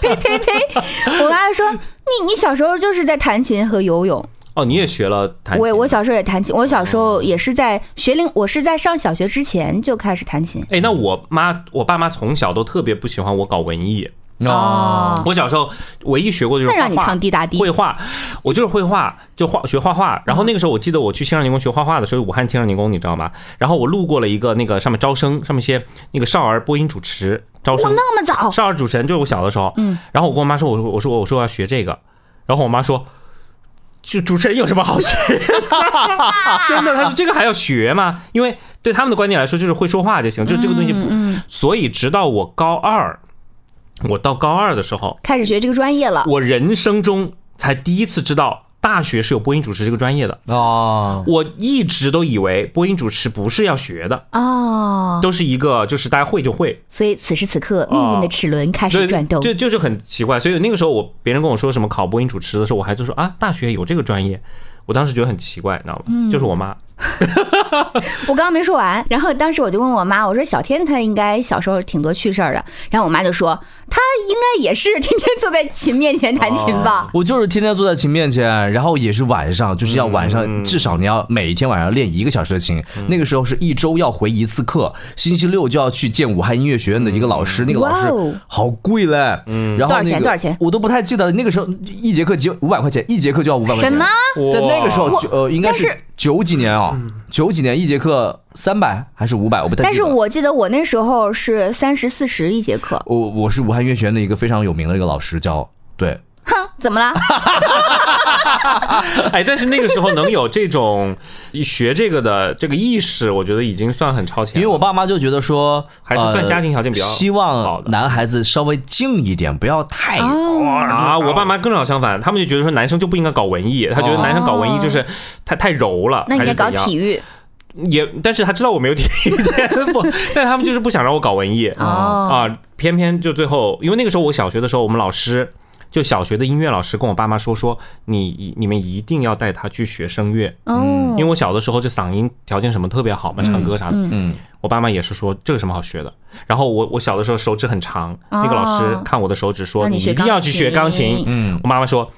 S3: 呸呸呸！我妈说你你小时候就是在弹琴和游泳，
S2: 哦，你也学了弹琴？
S3: 我我小时候也弹琴，我小时候也是在学龄，我是在上小学之前就开始弹琴。
S2: 哎，那我妈我爸妈从小都特别不喜欢我搞文艺。
S3: 哦，
S2: 我小时候唯一学过就是
S3: 那
S2: 画画
S3: 让你唱滴答滴，
S2: 绘画，我就是绘画，就画学画画。然后那个时候我记得我去青少年宫学画画的时候，武汉青少年宫你知道吗？然后我路过了一个那个上面招生，上面写那个少儿播音主持招
S3: 哇，
S2: 生，
S3: 那么早，
S2: 少儿主持人就是我小的时候，嗯，然后我跟我妈说，我说我说我说我要学这个，然后我妈说。就主持人有什么好学的？真的，她说这个还要学吗？因为对他们的观点来说，就是会说话就行，就这个东西
S3: 嗯
S2: 不。所以直到我高二，我到高二的时候，
S3: 开始学这个专业了。
S2: 我人生中才第一次知道大学是有播音主持这个专业的。
S1: 哦，
S2: 我一直都以为播音主持不是要学的，
S3: 哦，
S2: 都是一个就是大家会就会，
S3: 所以此时此刻，命运的齿轮开
S2: 啊对，
S3: 始转动。
S2: 就就是很奇怪。所以那个时候我别人跟我说什么考播音主持的时候，我还就说啊，大学有这个专业，我当时觉得很奇怪，你知道吗？
S3: 嗯
S2: 就是我妈，
S3: 我刚刚没说完，然后当时我就问我妈，我说小天他应该小时候挺多趣事儿的，然后我妈就说他应该也是天天坐在琴面前弹琴
S2: 啊
S3: 吧。
S1: 我就是天天坐在琴面前，然后也是晚上，就是要晚上，至少你要每一天晚上练一个小时的琴。那个时候是一周要回一次课，星期六就要去见武汉音乐学院的一个老师，那个老
S3: 哇哦
S1: 师好贵嘞，然后
S3: 多少钱
S1: 那个
S3: 多少钱
S1: 我都不太记得了。那个时候一节课几五百块钱，一节课就要五百块钱。
S3: 什么？
S1: 在那个时候
S2: 哇，
S1: 九呃，应该
S3: 但
S1: 是
S3: 是
S1: 九几年啊，九几年一节课三百还是五百，我不太记得了。
S3: 但是我记得我那时候是三十四十一节课，
S1: 我我是武汉音乐学院的一个非常有名的一个老师，叫对，
S2: 啊
S3: 哼，怎么了？
S2: 哎，但是那个时候能有这种学这个的这个意识，我觉得已经算很超前了。
S1: 因为我爸妈就觉得说，
S2: 还是算家庭条件比较
S1: 呃希
S2: 好
S1: 望
S2: 的
S1: 男孩子稍微静一点，不要太
S3: 哦，
S2: 啊，我爸妈更正相反，他们就觉得说男生就不应该搞文艺，他觉得男生搞文艺就是太太柔了，
S3: 哦那你得搞体
S2: 育。
S3: 育
S2: 也，但是他知道我没有体育 天赋，但他们就是不想让我搞文艺。
S3: 哦。
S2: 啊，偏偏就最后，因为那个时候我小学的时候，我们老师就小学的音乐老师跟我爸妈说说，你你们一定要带他去学声乐，
S3: 哦
S2: 嗯因为我啊小的时候就嗓音条件什么特别好嘛，唱歌啥的。
S1: 嗯，
S2: 我爸妈也是说这有什么好学的。然后我我小的时候手指很长，那个老师看我的手指说
S1: 啊
S3: 让你学
S2: 一定要去学钢
S3: 钢
S2: 琴
S3: 琴。
S1: 嗯
S2: 我妈妈说。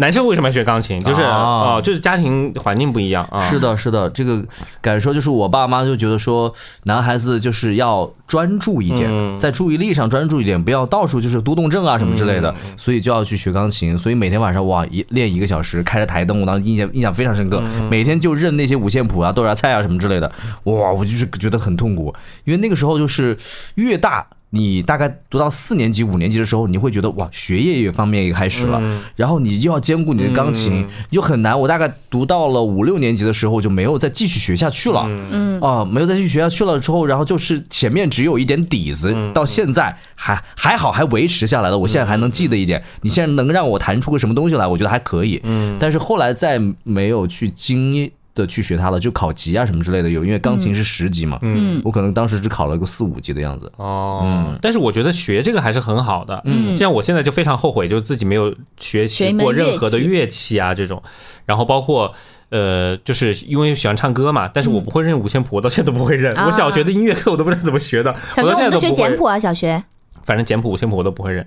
S2: 男生为什么要学钢琴？就是
S1: 哦
S2: 哦，就是家庭环境不一样啊。
S1: 是的，是的，这个感受就是我爸妈就觉得说，男孩子就是要专注一点，
S2: 嗯
S1: 在注意力上专注一点，不要到处就是多动症啊什么之类的，
S2: 嗯
S1: 所以就要去学钢琴。所以每天晚上哇，一练一个小时，开着台灯，我当时印象印象非常深
S2: 嗯
S1: 刻，每天就认那些五线谱啊、豆芽菜啊什么之类的，哇，我就是觉得很痛苦，因为那个时候就是越大。你大概读到四年级、五年级的时候，你会觉得哇，学业也方面也开始了，
S3: 嗯
S1: 然后你又要兼顾你的钢琴，你就很难。我大概读到了五六年级的时候，就没有再继续学下去了。
S3: 嗯
S1: 啊，没有再去学校去了之后，然后就是前面只有一点底子，
S3: 嗯
S1: 到现在还还好，还维持下来了。我现在还能记得一
S3: 嗯
S1: 点，你现在能让我弹出个什么东西来，我觉得还可以。嗯，但是后来再没有去精的去学它了，就考级啊什么之类的有，因为钢琴是十级嘛，
S3: 嗯
S1: 我可能当时只考了个四五级的样子。
S2: 哦，但是我觉得学这个还是很好的，嗯，像我现在就非常后悔，就是自己没有学习过任何的
S3: 学一
S2: 乐器啊这种，然后包括。呃，就是因为喜欢唱歌嘛，但是我不会认五线谱，我到现在都不会认。
S3: 啊
S2: 我小学的音乐课我都不知道怎么学的，
S3: 小
S2: 我到
S3: 学我
S2: 现在
S3: 们
S2: 都
S3: 都
S2: 不会。
S3: 学简谱嗯啊，小学
S2: 反正简谱、五线谱我都不会认。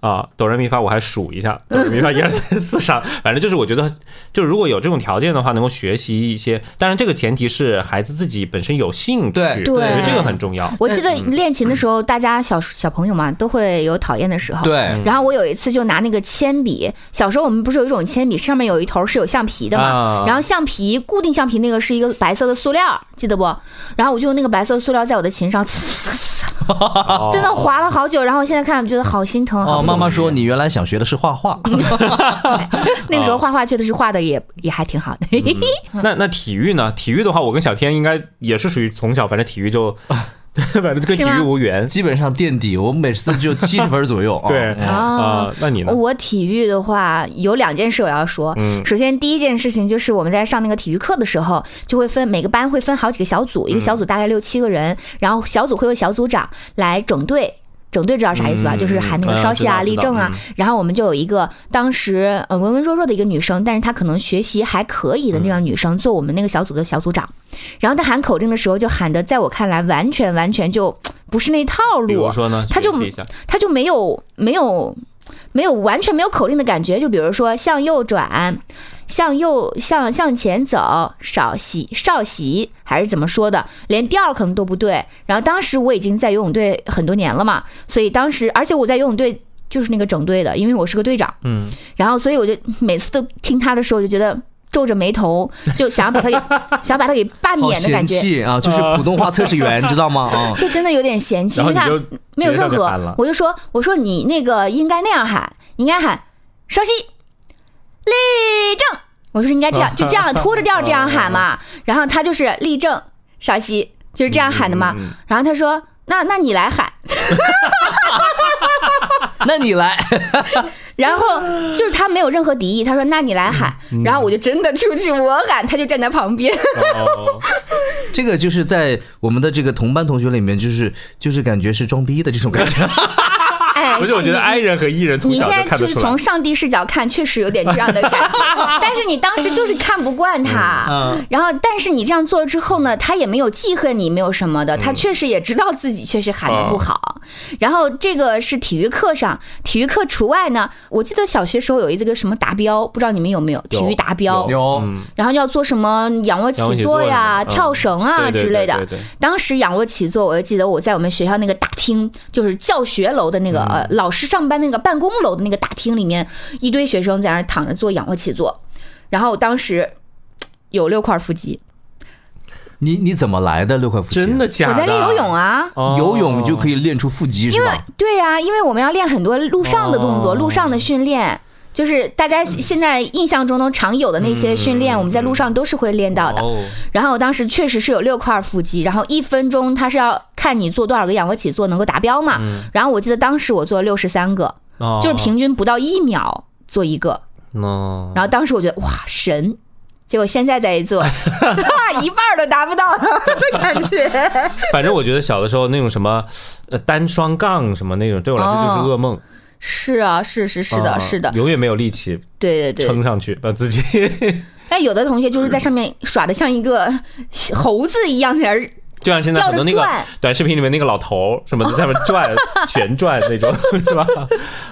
S2: 啊，哆来咪发我还数一下，哆 来咪发一二三四上，反正就是我觉得，就如果有这种条件的话，能够学习一些。当然，这个前提是孩子自己本身有兴趣，
S1: 对
S3: 对
S2: 我觉得这个很重要。
S3: 我记得练琴的时候，大家小小朋友嘛都会有讨厌的时候。。
S1: 对，
S3: 然后我有一次就拿那个铅笔，小时候我们不是有一种铅笔，上面有一头是有橡皮的嘛，
S2: 啊
S3: 然后橡皮固定橡皮那个是一个白色的塑料，记得不？然后我就用那个白色塑料在我的琴上，真的划了好久。然后现在看觉得好心疼，啊好
S1: 哦，
S3: 不
S1: 妈
S3: 懂
S1: 妈
S3: 事
S1: 说你原来想学的是画画，
S3: 那个时候画画确实是画的也也还挺好的， 嗯
S2: 那那体育呢？体育的话，我跟小天应该也是属于从小，反正体育就， 反正就跟体
S3: 是吗
S2: 育无缘。
S1: 基本上垫底，我每次只有七十分左右。
S2: 对
S1: 哦
S2: 啊、那你呢？嗯
S3: 我体育的话有两件事我要说，首先第一件事情就是我们在上那个体育课的时候，就会分每个班会分好几个小组，一
S2: 嗯
S3: 个小组大概六七个人，然后小组会有小组长来整队。整队知道啥意思吧？
S2: 嗯
S3: 就是喊那个
S2: 嗯
S3: 稍息啊、
S2: 知道嗯
S3: 立正啊。然后我们就有一个当时呃文文弱弱的一个女生，但是她可能学习还可以的那样女生，做我们那个小组的小组长。然后她喊口令的时候，就喊的在我看来完全完全就不是那套路。
S2: 比如说呢？
S3: 他就
S2: 学习一下
S3: 他就没有没有没有完全没有口令的感觉。就比如说向右转，向右向向前走，少息少息还是怎么说的，连调儿可能都不对。然后当时我已经在游泳队很多年了嘛，所以当时而且我在游泳队就是那个整队的，因为我是个队长。
S2: 嗯，
S3: 然后所以我就每次都听他的时候，我就觉得。皱着眉头，就想要把 他给想要把他给罢
S1: 好
S3: 免的
S1: 嫌
S3: 感觉，
S1: 弃啊！就是普通话测试员，知道吗？啊，
S3: 就真的有点嫌弃，
S2: 然后你
S3: 因为他
S2: 就
S3: 没
S2: 直接
S3: 有任
S2: 上去喊
S3: 何
S2: 了，
S3: 我就说，我说你那个应该那样喊，你应该喊稍息，立正。我说应该这 样，就这样拖着调这样喊嘛。
S2: 嗯
S3: 然后他就是立正，稍息，就是这样喊的嘛。
S2: 嗯
S3: 然后他说，那那你来喊。
S1: 那你来，
S3: 然后就是他没有任何敌意，他说那你来喊。
S2: 嗯
S3: 然后我就真的出去我喊，他就站在旁 边。
S2: 哦，
S1: 这个就是在我们的这个同班同学里面，就是就是感觉是装逼的这种感觉。
S3: 哎
S2: 不是，我觉得 I 人和 E 人从
S3: 你
S2: 小
S3: 现在
S2: 就看
S3: 就
S2: 得
S3: 是
S2: 出来
S3: 从。上帝视角看，确实有点这样的 感觉，但是你当时就是看不惯他，
S1: 嗯
S3: 然后但是你这样做了之后呢，他也没有记恨你，没有什
S2: 嗯
S3: 么的，他确实也知道自己确实喊的不
S2: 哦
S3: 好。然后这个是体育课上，体育课除外呢，我记得小学时候有一个什么达标，不知道你们有没有体育达标，
S1: 有
S3: 然后要做什么仰卧
S2: 仰卧
S3: 起
S2: 起
S3: 坐
S2: 坐什
S3: 呀、
S2: 么的嗯
S3: 跳绳啊
S2: 对对
S3: 之类的。
S2: 对对对
S3: 当时仰卧起坐，我就记得我在我们学校那个大厅，就是教学楼的那个、
S2: 嗯
S3: 呃老师上班那个办公楼的那个大厅里面，一堆学生在那儿躺着做仰卧起坐，然后我当时有六块腹肌，
S1: 你你怎么来的六块腹肌？
S2: 真的假
S3: 我
S2: 的？
S3: 在练游泳啊。
S2: 哦，
S1: 游泳就可以练出腹肌是吧？
S3: 对呀、因为我们要练很多路上的动作，
S2: 哦
S3: 路上的训练，就是大家现在印象中都常有的那些训
S2: 嗯
S3: 练，我们在路上都是会练到的。
S2: 哦，
S3: 然后我当时确实是有六块腹肌，然后一分钟它是要看你做多少个仰卧起坐能够达标嘛。然后我记得当时我做了六十三个，
S2: 嗯哦
S3: 就是平均不到一秒做一个。
S2: 哦，
S3: 然后当时我觉得哇神，结果现在再 一做，一半儿都达不到了，感觉。
S2: 反正我觉得小的时候那种什么，呃，单双杠什么那种，对我来说就是噩梦。
S3: 是啊，是哦是是
S2: 啊
S3: 的，是的，
S2: 永远没有力气
S3: 对对对
S2: 撑。上去，把自己
S3: 但有的同学就是在上面耍的像一个猴子一样在那儿
S2: 就像现在很多那
S3: 吊
S2: 个
S3: 着转
S2: 短视频里面那个老头儿什 么的在那边转 旋转那种， 是吧？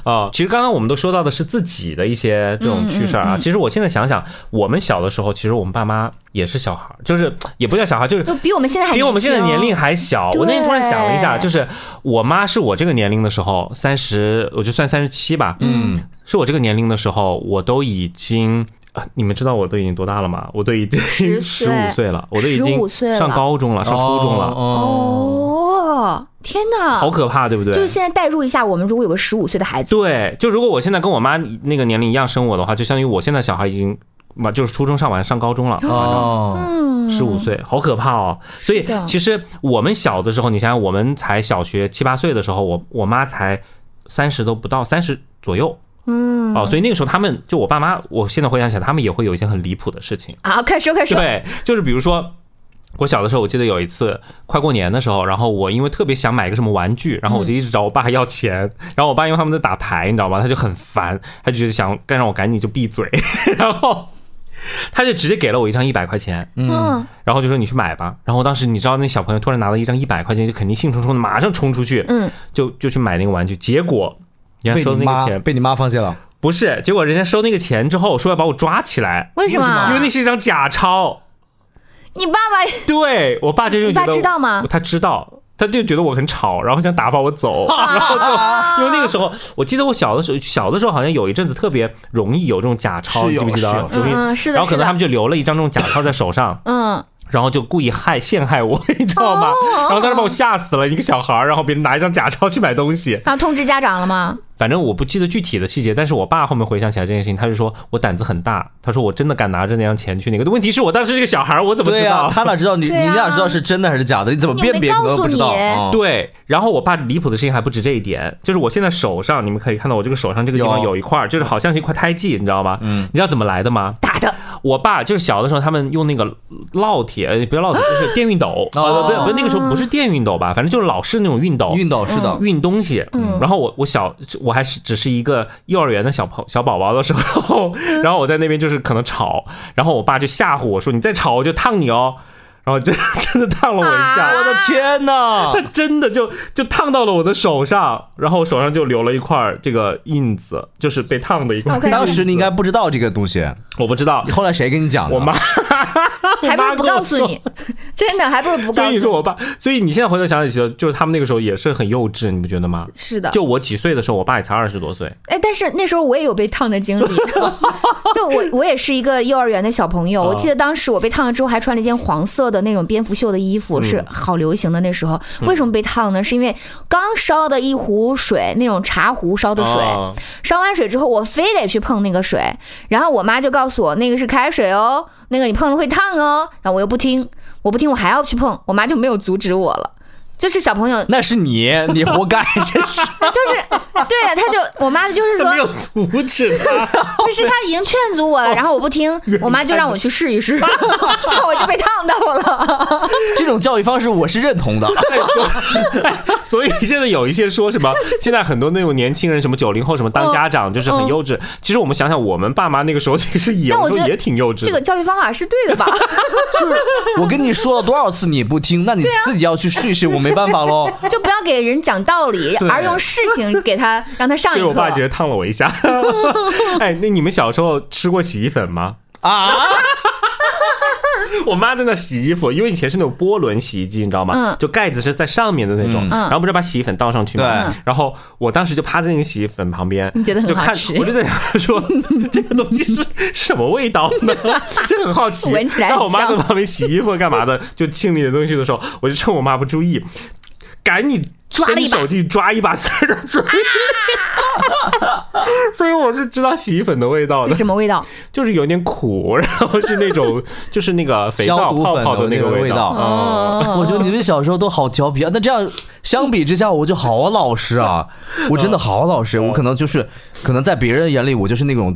S2: 啊，其实刚刚我们都说到的是自己的一些这
S3: 嗯
S2: 种趣事儿啊。其实我现在想想，我们小的时候，其实我们爸妈也是小孩儿，就是也不叫小孩儿，就是
S3: 就比我们现在还
S2: 比我们现在
S3: 年
S2: 年
S3: 轻哦
S2: 龄还小。我那天突然想了一下，
S3: 对
S2: 就是我妈是我这个年龄的时候，三十，我就算三十七吧，嗯，是我这个年龄的时候，我都已经。啊你们知道我都已经多大了吗？我都已经
S3: 10
S2: 十五
S3: 岁
S2: 岁了，我都已
S3: 15
S2: 经
S3: 岁了
S2: 上高中了，上初中了，
S1: 哦，
S3: 哦，天哪！
S2: 好可怕，对不对？
S3: 就是现在代入一下，我们如果有个十五岁的孩子，
S2: 对，就如果我现在跟我妈那个年龄一样生我的话，就相当于我现在小孩已经嘛，就是初中上完上高中了。
S1: 哦，
S3: 嗯，
S2: 十五岁，好可怕哦！所以
S3: 的
S2: 其实我们小的时候，你想想，我们才小学七八岁的时候，我我妈才三十都不到，三十左右
S3: 嗯
S2: 哦，所以那个时候他们就我爸妈，我现在回想起来，他们也会有一些很离谱的事情。
S3: 啊，快 说快说，
S2: 对，就是比如说。我小的时候，我记得有一次快过年的时候，然后我因为特别想买个什么玩具，然后我就一直找我爸要钱， 然后我爸因为他们在打牌，你知道吗？他就很烦，他就想干让我赶紧就闭嘴， 然后他就直接给了我一张一百块钱，
S3: 嗯，
S2: 然后就说你去买吧。然后当时你知道那小朋友突然拿了一张一百块钱，就肯定兴冲冲的马上冲出去，
S3: 嗯，
S2: 就就去买那个玩具。结果人家
S1: 被
S2: 收
S1: 你
S2: 那个
S1: 妈
S3: 嗯
S2: 钱
S1: 被你妈发现了，
S2: 不是，结果人家收那个钱之后说要把我抓起来，
S3: 为什么？
S2: 因为那是一张假钞。
S3: 你 爸爸
S2: 对我爸这就
S3: 你
S2: 觉
S3: 爸
S2: 得
S3: 知道吗
S2: 他知道。他就觉得我很吵，然后想打发我 走，
S3: 啊
S2: 然后啊就因为那个时候，我记得我小的时候，小的时候好像有一阵子特别容易有这种假钞，
S1: 是
S2: 你记
S1: 有
S2: 不记得？
S1: 是有
S2: 容易
S3: 嗯嗯是的
S2: 然后可
S3: 是的
S2: 能他们就留了一张这种假钞在手上，
S3: 嗯，
S2: 然后就故意害陷害我，你知道吗？
S3: 哦
S2: 然后当时把我吓死了，一个小孩儿，然后别人拿一张假钞去买东西。
S3: 然后通知家长了吗？
S2: 反正我不记得具体的细节，但是我爸后面回想起来这件事情，他就说我胆子很大，他说我真的敢拿着那张钱去那个。问题是我当时是个小孩儿，我怎么
S1: 对
S2: 知
S1: 呀、
S2: 道？
S1: 他哪知道你、
S3: 对啊
S1: 你俩知道是真的还是假的？你怎么
S3: 你
S1: 辨别
S3: 没
S1: 可
S3: 告
S1: 能都
S3: 诉
S1: 不知道？
S3: 你
S1: 嗯
S2: 对，然后我爸离谱的事情还不止这一点，就是我现在手上，你们可以看到我这个手上这个地方
S1: 有
S2: 有一块儿，就是好像是一块胎记，你知道吗？嗯，你知道怎么来的吗？
S3: 打的，
S2: 我爸就是小的时候，他们用那个烙铁，呃不是烙铁，就是电熨斗，
S1: 哦
S2: 啊，不不，那个时候不是电熨斗吧，反正就是老式那种熨斗，
S1: 熨斗是的，
S2: 运东西。然后我我小我还是只是一个幼儿园的小朋小宝宝的时候， 然后我在那边就是可能吵，然后我爸就吓唬我说：“你再吵我就烫你哦。”然后真 真的烫了我一下，
S1: 我的天哪！
S2: 他真的就就烫到了我的手上，然后我手上就留了一块儿这个印子，就是被烫的一块儿印
S3: OK
S2: 子。
S1: 当时你应该不知道这个东西，
S2: 我不知道，
S1: 后来谁跟你讲的？
S2: 我妈
S3: 还不如不
S2: 跟我
S3: 告诉你，真的还不如不
S2: 所
S3: 告
S2: 以你
S3: 诉
S2: 说
S3: 你。
S2: 我爸，所以你现在回头想起，就是他们那个时候也是很幼稚，你不觉得吗？
S3: 是的，
S2: 就我几岁的时候，我爸也才二十多岁。
S3: 哎，但是那时候我也有被烫 的经历，就我我也是一个幼儿园的小朋
S2: 啊
S3: 友，我记得当时我被烫了之后，还穿了一件黄色的那种蝙蝠袖的衣
S2: 嗯
S3: 服，是好流行的那时候。为什么被烫呢？是因为刚烧的一壶水，那种茶壶烧的水，
S2: 哦
S3: 烧完水之后，我非得去碰那个水，然后我妈就告诉我那个是开水哦，那个你碰了会烫哦，然后我又不听，我不听，我还要去碰，我妈就没有阻止我了。就是小朋友，
S1: 那是你，你活该， 真是
S3: 就是对， 他就我妈就是说
S2: 没，有哦阻止他，
S3: 不是他已经劝阻我了，然后我不听，我妈就让我去试一试，然后 我就被烫到了。
S1: 这种教育方式，我是认同 的。
S2: 所哎以现在有一些说什么，现在很多那种年轻人，什么九零后，什么
S3: 嗯
S2: 当家长，就是很幼稚。其实我们想想，我们爸妈那个时候其实有
S3: 但我
S2: 时
S3: 觉
S2: 候
S3: 得
S2: 也挺幼稚的。
S3: 这个教育方法是对的吧？
S1: 就是我跟你说了多少次你不听，那你自己要去试一试，我没办法喽。
S3: 就不要给人讲道理，
S1: 对
S3: 而用事情给他让他上
S2: 被
S3: 一
S2: 我爸
S3: 课
S2: 觉。得烫了我一下。 哎，那你们小时候吃过洗衣粉吗？
S1: 啊，
S2: 我妈在那洗衣服，因为以前是那种波轮洗衣机，你知道吗？
S3: 嗯
S2: 就盖子是在上面的那种，
S3: 嗯
S2: 然后不是把洗衣粉倒上去吗？
S1: 对
S2: 然后我当时就趴在那个洗衣粉旁边，
S3: 你觉得很
S2: 就看
S3: 好吃
S2: 我就在想说这个东西 是什么味道呢？就很好奇。
S3: 闻起来很
S2: 然后我妈在
S3: 香
S2: 旁边洗衣服干嘛的，就清理的东西的时候，我就趁我妈不注意，赶紧
S3: 抓了
S2: 伸
S3: 一把
S2: 手进去抓一把塞到嘴里。
S3: 啊
S2: 所以我是知道洗衣粉的味道的
S3: 是。什么味道？
S2: 就是有点苦，然后是 那种就是那个肥
S1: 消
S2: 皂
S1: 毒
S2: 泡
S1: 粉
S2: 泡
S1: 的
S2: 的
S1: 那
S2: 个
S1: 个味
S2: 道。
S1: 道
S2: 哦，
S3: 嗯
S1: 我觉得你们小时候都好调皮啊。那这样相比之下，我就好老实啊，我真的好老实。我可能就是，可能在别人眼里，我就是那种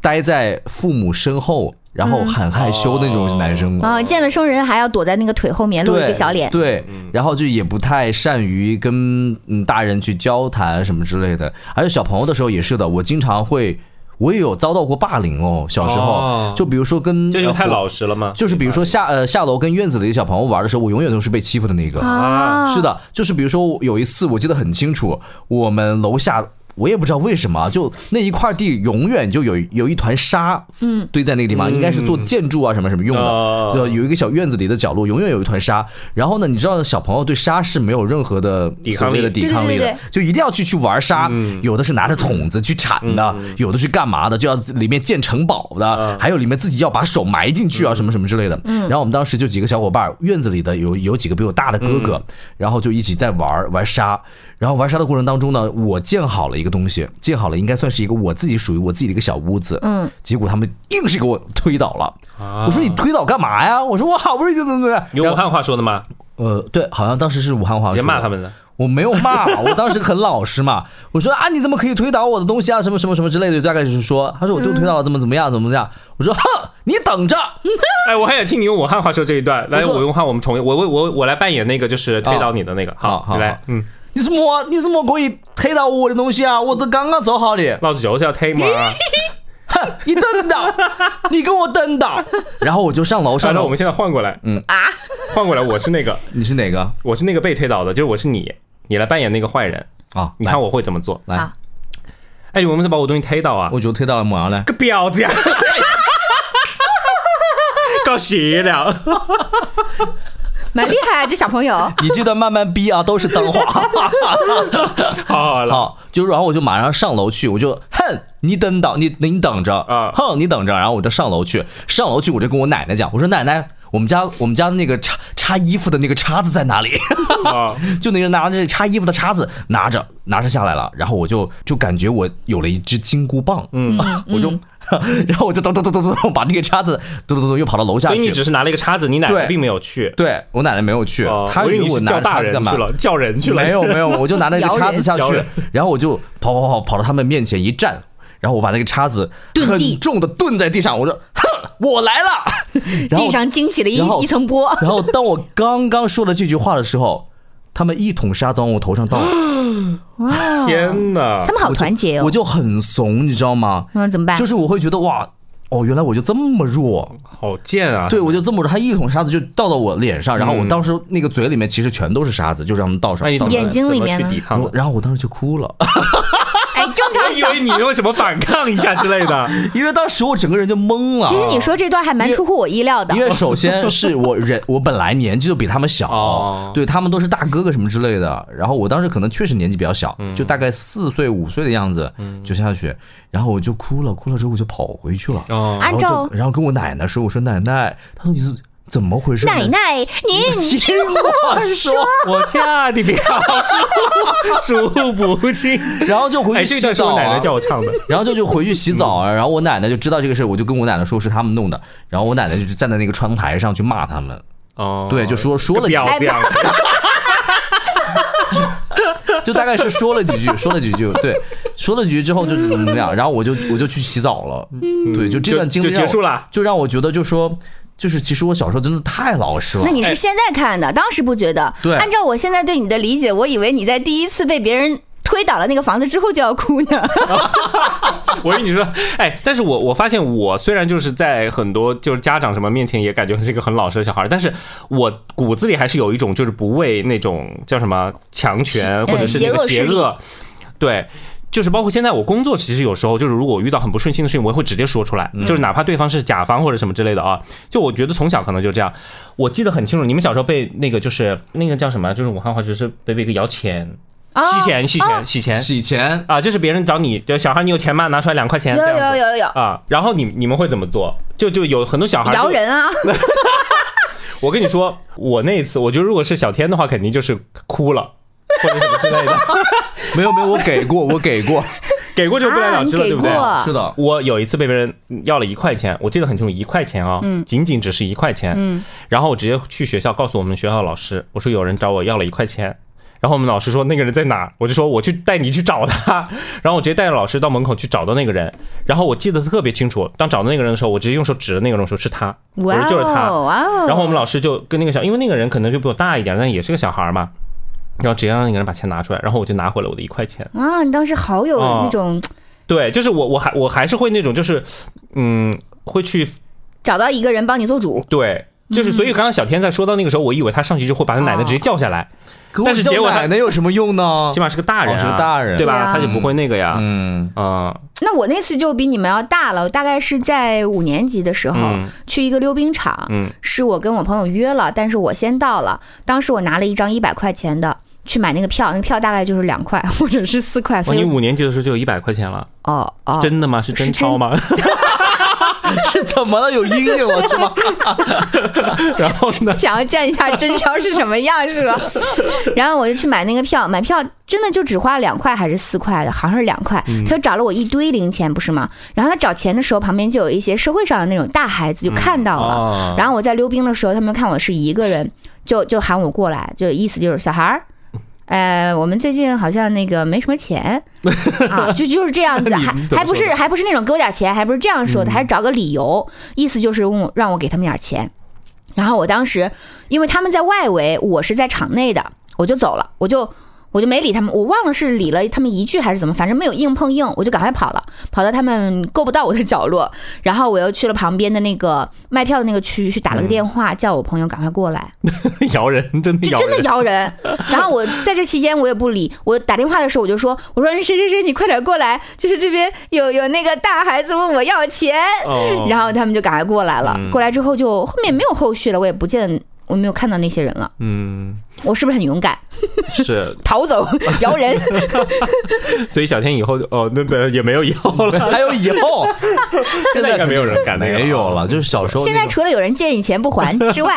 S1: 待在父母身后，然后很害羞的那种男生。
S3: 啊，见了生人还要躲在那个腿后面露一
S1: 对
S3: 个小脸，
S1: 对，
S2: 嗯
S1: 然后就也不太善于跟嗯大人去交谈什么之类的，而且小朋友的时候也是的，我经常会，我也有遭到过霸凌哦，小时候，
S2: 哦
S1: 就比如说跟
S2: 这就
S1: 呃
S2: 太
S1: 伙
S2: 老嗯实了吗？
S1: 就是比如说下呃下楼跟院子里的小朋友玩的时候，我永远都是被欺负的那个。
S3: 啊
S1: 是的，就是比如说有一次我记得很清楚，我们楼下我也不知道为什么啊，就那一块地永远就有有一团沙，嗯，堆在那个地方，应该是做建筑啊什么什么用的
S2: 哦，
S1: 对，有一个小院子里的角落永远有一团沙。然后呢，你知道小朋友对沙是没有任何的
S2: 抵
S1: 所
S2: 抗
S1: 谓
S2: 力
S1: 的抵抗力
S3: 对对对
S1: 的
S3: 对，
S1: 就一定要去去玩沙，
S2: 嗯
S1: 有的是拿着桶子去铲的，有的去干嘛的，就要里面建城堡
S2: 啊
S1: 的，还有里面自己要把手埋进去啊，
S2: 嗯
S1: 什么什么之类的。
S3: 嗯
S1: 然后我们当时就几个小伙伴，院子里的有有几个比我大的哥
S2: 嗯
S1: 哥，然后就一起在玩儿玩沙。然后玩沙的过程当中呢，我建好了一个东西，建好了应该算是一个我自己属于我自己的一个小屋子。
S3: 嗯，
S1: 结果他们硬是给我推倒了。
S2: 啊
S1: 我说你推倒干嘛呀？我说我好不容易就怎么怎么样。
S2: 有武汉话说的吗？
S1: 呃，对，好像当时是武汉话说
S2: 直
S1: 的。
S2: 接骂他们的。
S1: 我没有骂， 我当时很老实嘛，我说啊，你怎么可以推倒我的东西啊，什么什么什么之类的，大概就是说，他说我就推倒了，怎么怎么样，怎么怎么样，我说哼，你等着，
S2: 哎，我还想听你用武汉话说这一段。来，
S1: 我说
S2: 我用汉，我们重我我我我来扮演那个就是推倒你的那个。
S1: 好好
S2: 你来
S1: 好，
S2: 嗯，
S1: 你怎么你怎么可以推倒我的东西啊，我都刚刚走好的，
S2: 老子就是要 推嘛。
S1: 哼，你等 等，你给我等等，然后我就上楼
S2: 好
S1: 上
S2: 了，
S1: 楼，
S2: 哎我们现在换过来，嗯啊，换过来，我是那个
S1: 你是哪个
S2: 我是那个被推倒的，就是我是你，你来扮演那个坏人。
S1: 啊？
S2: 你看
S1: 我
S2: 我会怎么做？
S1: 来
S3: 好，
S2: 哎，你为什么把我东西推倒啊？
S1: 我就推倒了母羊来，
S2: 个 婊子呀！搞邪了。
S3: 蛮厉害啊，这小朋友。
S1: 你这段慢慢逼啊，都是脏 话。
S2: 好好了，
S1: 好，就是然后我就马上上楼去，我就哼，你等等，你你等着
S2: 啊
S1: 哼，你等着，然后我就上楼去，上楼去我就跟我奶奶讲，我说奶奶，我们家我们家那个插插衣服的那个叉子在哪里？
S2: 啊，
S1: 就那个拿着插衣服的叉子，拿着拿着下来了，然后我就就感觉我有了一只金箍棒，嗯，我就。 然后我就咚咚咚咚咚咚把那个叉子咚咚咚咚又跑到楼下
S2: 所
S1: 去。
S2: 以你只是拿了一个叉子，你奶
S1: 对
S2: 奶并没有去。
S1: 对我奶奶没有去，
S2: 哦
S1: 她
S2: 我
S1: 以
S2: 以为
S1: 为
S2: 你
S1: 我
S2: 是
S1: 拿
S2: 叫
S1: 着
S2: 大
S1: 叉子
S2: 人
S1: 干嘛
S2: 去？了，叫人去了。
S1: 没有没有，我就拿那个
S3: 摇
S1: 叉子
S3: 人
S1: 下
S2: 摇
S1: 去
S2: 人，
S1: 然后我就跑跑跑跑到他们面前一站，然后我把那个叉子
S3: 遁
S1: 很
S3: 地
S1: 重的顿在地上，我说：“哼，我来了。” 然后
S3: 地，上惊起了一
S1: 然后
S3: 一层波，
S1: 然后当我刚刚说了这句话的时候，他们一桶沙子往我头上倒，
S3: 哇，
S2: 天哪
S3: 他！ 们好团结
S1: 我
S3: 哦。
S1: 就很怂，你知道吗？
S3: 嗯，怎么办？
S1: 就是我会觉得哇。哦，原来我就这么弱，
S2: 好贱啊！
S1: 对我就这么弱，他一桶沙子就倒到我脸上，然后我当时那个嘴里面其实全都是沙子，就让他们倒上
S2: 嗯那你，怎么
S3: 眼睛里面
S2: 怎么
S3: 呢
S2: 去抵 抗的？
S1: 然后我当时就哭了。
S3: 哎，正
S2: 我
S3: 常
S2: 以
S3: 小。
S2: 为你
S1: 啊
S2: 用什么反抗一下之类 的。
S1: 因为当时我整个人就懵了。
S3: 其实你说这段还蛮出乎我意料的
S1: 因。为首先是我人，我本来年纪就比他们小，
S2: 哦
S1: 对他们都是大哥哥什么之类的。然后我当时可能确实年纪比较小，
S2: 嗯
S1: 就大概四岁五岁的样子就下去，然后我就哭了，哭了之后我就跑回去了，
S2: 哦
S1: 然
S3: 按
S1: 后
S3: 照
S1: 就然后跟我奶奶说，我说奶奶，她说你是怎么回事？
S3: 奶奶，您
S1: 你 听我说，
S2: 我嫁的表 叔数不清。
S1: 然后就回
S2: 哎，
S1: 去
S2: 这
S1: 洗
S2: 段是
S1: 澡、
S2: 我
S1: 啊。
S2: 奶奶叫我唱的。
S1: 然后就就回去洗澡啊，然后我奶奶就知道这个事，我就跟我奶奶说是他们弄的，然后我奶奶就是站在那个窗台上去骂他们，
S2: 哦
S1: 对，就说说了
S2: 婊子样。
S1: 就大概是说了几句， 说了几句，对，说了几句之后就是怎么怎么样，然后我就我就去洗澡了，对，就这段经历
S2: 嗯就
S1: 让我
S2: 结束了
S1: 就让我觉得就说，就是其实我小时候真的太老实了
S3: 那，你是现在看的，当时不觉得。
S1: 哎对
S3: 按照我现在对你的理解，我以为你在第一次被别人推倒了那个房子之后就要哭 呢。
S2: 我跟你说，哎，但是我我发现我虽然就是在很多就是家长什么面前也感觉是一个很老实的小孩儿，但是我骨子里还是有一种就是不畏那种叫什么强权或者是那个邪
S3: 邪
S2: 恶，对。就是包括现在我工作，其实有时候就是如果我遇到很不顺心的事情，我也会直接说出来，就是哪怕对方是甲方或者什么之类的啊。就我觉得从小可能就这样，我记得很清楚，你们小时候被那个就是那个叫什么，就是武汉话就是被被一个摇钱，
S3: 哦
S2: 洗钱洗
S3: 哦
S2: 钱洗钱
S1: 哎洗钱
S2: 啊，就是别人找你，就小孩你有钱吗？拿出来两块钱，
S3: 有
S2: 这样子
S3: 有有有有，
S2: 啊，然后你你们会怎么做？就就有很多小孩就
S3: 摇。人啊！
S2: 我跟你说，我那一次，我觉得如果是小天的话，肯定就是哭了。或者什么之类 的，
S1: 没有没有，我给过我给 过，
S2: 给过就不了
S3: 啊，
S2: 了
S3: 你
S2: 之了，
S3: 给
S2: 对不
S3: 过
S2: 对？
S1: 是的，
S2: 啊我有一次被别人要了一块钱，我记得很清楚，一块钱啊、仅仅只是一块钱。
S3: 嗯
S2: 然后我直接去学校告诉我们学校老师，我说有人找我要了一块钱。然后我们老师说那个人在哪儿，我就说我去带你去找他。然后我直接带着老师到门口去找到那个人。然后我记得特别清楚，当找到那个人的时候，我直接用手指着那个人我说是他，我
S3: 哇
S2: 说就是他。
S3: 哦哇哦！
S2: 然后我们老师就跟那个小，因为那个人可能就比我大一点，但也是个小孩儿嘛，然后直接让那个人把钱拿出来，然后我就拿回了我的一块钱。
S3: 啊，你当时好有
S2: 哦
S3: 那种
S2: 对，就是我我还我还是会那种就是，嗯，会去
S3: 找到一个人帮你做主，
S2: 对。就是，
S1: 嗯
S2: 所以刚刚小天在说到那个时候，我以为他上去就会把他奶奶直接叫下来，
S1: 可我
S2: 但是
S1: 叫
S2: 结果他
S1: 奶奶有什么用呢
S2: 起？码是个大人、
S1: 啊
S2: 啊，
S1: 哦是个大人
S2: 对
S3: 对啊
S2: 吧？他就不会那个呀，
S1: 嗯，
S2: 嗯，
S3: 那我那次就比你们要大了，我大概是在五年级的时候、
S2: 嗯
S3: 去一个溜冰场，
S2: 嗯
S3: 是我跟我朋友约了，但是我先到了，当时我拿了一张一百块钱的。去买那个票，那个票大概就是两块 或者是四块，
S2: 哇，
S3: 所以
S2: 哦你五年级的时候就有一百块钱了，
S3: 哦哦，
S2: 真的吗？是
S3: 是
S2: 真
S3: 真
S2: 钞 吗？
S1: 是怎么了？有阴影了 是吗？
S2: 然后呢？
S3: 想要见一下真钞是什么样是吧？ 然后我就去买那个票，买票真的就只花两块还是四块的，好像是两块。
S2: 嗯
S3: 他就找了我一堆零钱，不是吗？然后他找钱的时候，旁边就有一些社会上的那种大孩子就看到了，
S2: 嗯哦
S3: 然后我在溜冰的时候，他们看我是一个人，就就喊我过来，就意思就是小孩儿。呃，我们最近好像那个没什 么钱啊，就就是这样子，
S2: 你
S3: 还
S2: 你怎么
S3: 还不
S2: 说嗯
S3: 是还不是那种给我点钱，还不是这样说的，还是找个理由，意思就是问我让我给他们点钱。然后我当时因为他们在外围，我是在场内的，我就走了，我就我就没理他们，我忘了是理了他们一句还是怎么，反正没有硬碰硬，我就赶快跑了，跑到他们够不到我的角落，然后我又去了旁边的那个卖票的那个区域去打
S2: 嗯
S3: 了个电话，叫我朋友赶快过来，
S2: 摇人，真的
S3: 就
S2: 摇
S3: 真的
S2: 人，
S3: 摇人。然后我在这期间我也不理，我打电话的时候我就说，我说谁谁谁你快点过来，就是这边有有那个大孩子问我要钱，
S2: 哦
S3: 然后他们就赶快过来了，
S2: 嗯
S3: 过来之后就后面没有后续了，我也不见我没有看到那些人了，
S2: 嗯，
S3: 我是不是很勇敢？
S2: 是，
S3: 逃走摇 人，
S2: 所以小天以后就哦，那个也没有以 后了，
S1: 还有以后，
S2: 现在应该没有人敢那个
S1: 没有了，就是小时候那
S3: 现
S1: 种
S3: 在除了有人借你钱不还之 外，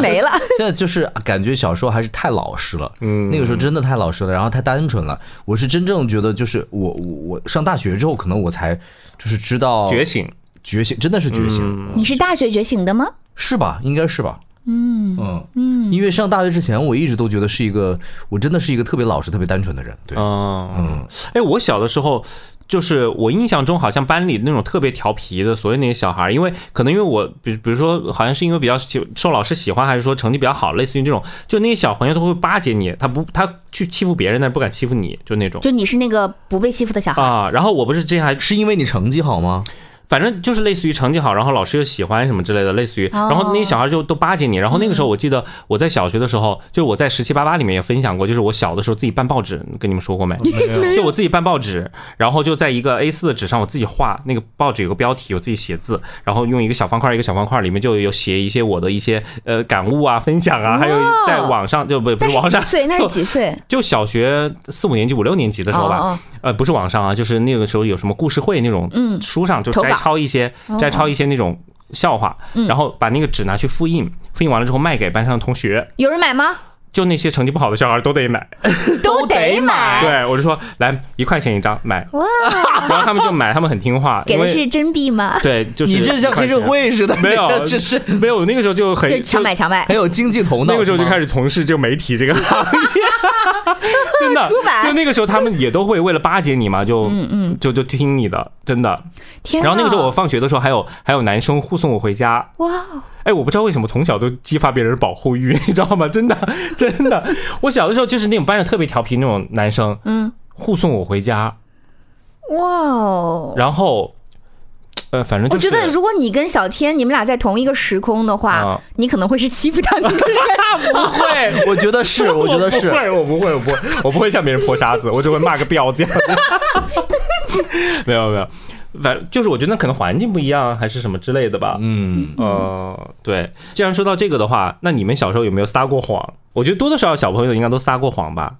S3: 没了。
S1: 现在就是感觉小时候还是太老实了，
S2: 嗯
S1: 那个时候真的太老实了，然后太单纯了。我是真正觉得，就是我我我上大学之后，可能我才就是知道
S2: 哦觉醒，嗯
S1: 觉醒，真的是觉醒，
S3: 你是大学觉醒的吗？
S1: 是吧？应该是吧。嗯嗯因为上大学之前，我一直都觉得是一个，我真的是一个特别老实、特别单纯的人。对，
S2: 哦，
S1: 嗯，
S2: 哎，我小的时候，就是我印象中好像班里那种特别调皮的所谓那些小孩儿，因为可能因为我，比比如说，好像是因为比较喜受老师喜欢，还是说成绩比较好，类似于这种，就那些小朋友都会巴结你，他不他去欺负别人，但是不敢欺负你，就那种
S3: 就你是那个不被欺负的小孩。
S2: 啊。然后我不是之前还
S1: 是因为你成绩好吗？
S2: 反正就是类似于成绩好，然后老师又喜欢什么之类的，类似于，
S3: 哦
S2: 然后那些小孩就都巴结你。然后那个时候，我记得我在小学的时候，就是我在十七八八里面也分享过，就是我小的时候自己办报纸，跟你们说过 没？就我自己办报纸，然后就在一个 A 4的纸上，我自己画那个报纸有个标题，我自己写字，然后用一个小方块一个小方块，里面就有写一些我的一些呃感悟啊、分享啊，还有
S3: 哇
S2: 在网上就不不
S3: 那
S2: 是网
S3: 是几
S2: 上
S3: 岁？那是几岁？
S2: 就小学四五年级、五六年级的时候吧，
S3: 哦哦
S2: 呃，不是网上啊，就是那个时候有什么故事会那种，
S3: 嗯
S2: 书上就
S3: 投稿哦嗯
S2: 摘抄一些，摘抄一些那种笑话，然后把那个纸拿去复印，复印完了之后卖给班上的同学。
S3: 有人买吗？
S2: 就那些成绩不好的小孩都得买。
S3: 都得买。
S2: 对，我就说来一块钱一张 买，
S3: 哇，
S2: 然后他们就买，他们很听话，
S3: 给
S2: 因
S3: 的
S2: 为
S3: 是真币吗？
S2: 对，就是
S1: 你这像黑社
S2: 1块钱。
S1: 会似的，
S2: 没有
S1: 这是
S2: 没有，那个时候就很
S3: 就是强买强卖
S1: 很。有经济头脑。
S2: 那个时候就是
S1: 吗
S2: 开始从事这个媒体这个行业， 真的
S3: 出，版
S2: 就那个时候他们也都会为了巴结你嘛，就
S3: 嗯嗯
S2: 就就听你的，真的。
S3: 天哪！
S2: 然后那个时候我放学的时候，还有还有男生护送我回家，
S3: 哇，哦
S2: 哎，我不知道为什么从小都激发别人保护欲， 你知道吗？真的，真的，我小的时候就是那种班上特别调皮那种男生，
S3: 嗯，
S2: 护送我回家，
S3: 哇哦。
S2: 然后，呃，反正
S3: 我
S2: 就是
S3: 觉得，如果你跟小天你们俩在同一个时空的话，
S2: 啊
S3: 你可能会是欺负他那个人。
S2: 不会，
S1: 我觉得是，我觉得是
S2: 不。会，我不会，我不会，我不会向别人泼沙子，我只会骂个婊子。 没有没有，反正就是我觉得可能环境不一样，还是什么之类的吧。
S1: 嗯，
S2: 呃，对。既然说到这个的话，那你们小时候有没有撒过谎？我觉得多多少少小朋友应该都撒过 谎吧。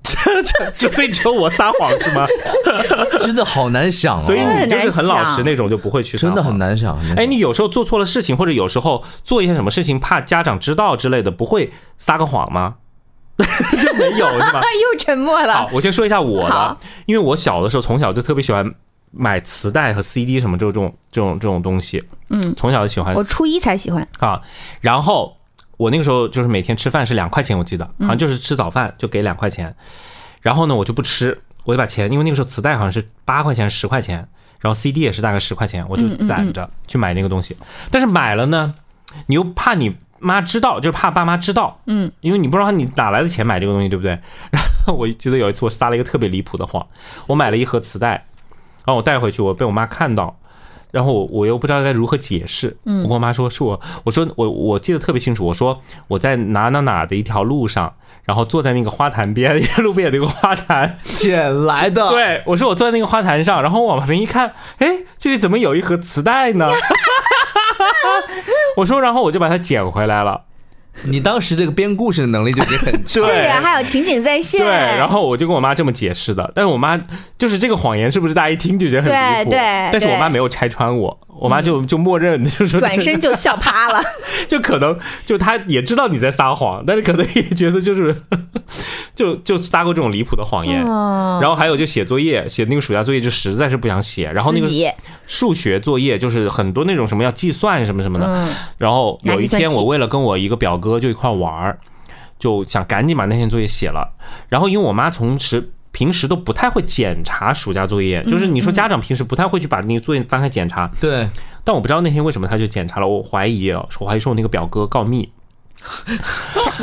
S2: 这这就所以只有我撒谎是吗？
S1: 嗯真的好难想啊，
S2: 所以
S3: 真的很
S2: 你就是
S3: 难
S2: 很老实
S3: 想
S2: 那种，就不会去撒
S1: 真的
S2: 谎
S1: 很。难想。很难
S2: 哎，
S1: 想
S2: 你有时候做错了事情，或者有时候做一些什么事情，怕家长知道之类的，不会撒个谎吗？ 这没有是吧
S3: 啊？，又沉默
S2: 好
S3: 了，。
S2: 我先说一下我的
S3: 好，
S2: 因为我小的时候从小就特别喜欢买磁带和 CD 什么这种这种这种东西，
S3: 嗯，
S2: 从小就喜欢
S3: 我初一才喜欢。
S2: 啊。然后我那个时候就是每天吃饭是两块钱，我记得好像就是吃早饭就给两块钱，然后呢我就不吃，我就把钱，因为那个时候磁带好像是八块钱十块钱，然后 CD 也是大概十块钱，我就攒着去买那个东西。但是买了呢，你又怕你妈知道，就是怕爸妈知道，
S3: 嗯，
S2: 因为你不知道你哪来的钱买这个东西，对不对？ 然后我记得有一次我撒了一个特别离谱的谎，我买了一盒磁带，然后我带回去，我被我妈看到。然后我我又不知道该如何解释，
S3: 嗯
S2: 我跟我妈说是我，我说我我记得特别清楚，我说我在哪哪哪的一条路上，然后坐在那个花坛边， 路边有那个花坛，
S1: 捡来
S3: 啊
S1: 的，
S2: 对我说我坐在那个花坛上，然后我往旁边一看，哎，这里怎么有一盒磁带呢？ 我说，然后我就把它捡回来了，
S1: 你当时这个编故事的能力就已经很 强。
S3: 对呀、还有情景再现。
S2: 对，然后我就跟我妈这么解释的，但是我妈就是这个谎言，是不是大家一听就觉得很离谱？
S3: 对对
S2: 但是我
S3: 对
S2: 妈没有拆穿我，我妈就就默认就是说
S3: 转身就笑趴了，
S2: 就可能就他也知道你在撒谎，但是可能也觉得就是就就撒过这种离谱的谎言。
S3: 哦
S2: 然后还有就写作业，写那个暑假作业就实在是不想写， 然后那个
S3: 自己
S2: 数学作业就是很多那种什么要计算什么什么的。
S3: 嗯
S2: 然后有一
S3: 拿计
S2: 天
S3: 算器
S2: 我为了跟我一个表哥就一块玩儿，就想赶紧把那天作业写了。然后因为我妈从时平时都不太会检查暑假作业，
S3: 嗯
S2: 就是你说家长平时不太会去把那个作业翻开检查，
S1: 对，
S2: 但我不知道那天为什么他就检查了，我怀疑啊，我怀疑是我那个表哥告密。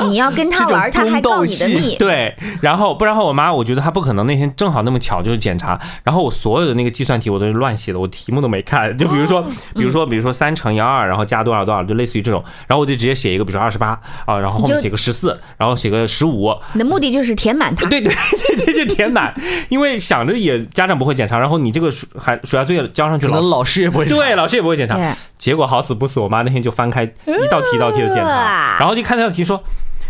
S3: 你要跟他玩儿，
S1: 这
S3: 他
S1: 种
S3: 还告你的
S1: 宫斗
S3: 密
S1: 戏。
S2: 对，然后不然后我妈，我觉得她不可能那天正好那么巧就是检查，然后我所有的那个计算题我都是乱写的，我题目都没看。就比如说，
S3: 哦
S2: 比如说，比如说三乘以二，然后加多少多少，就类似于这种。然后我就直接写一个，比如说二十八啊，然后后
S3: 你
S2: 面
S3: 就
S2: 写个十四，然后写个十五，
S3: 你的目的就是填满它。
S2: 对对对对，就填满，因为想着也家长不会检查，然后你这个暑寒暑假作业交上去，
S1: 可
S2: 老
S1: 能
S2: 师
S1: 老师也不会。
S2: 对，老师也不会检查
S3: 对。
S2: 结果好死不死，我妈那天就翻开一道题一道题的检查
S3: 啊，
S2: 然后就看那道题说。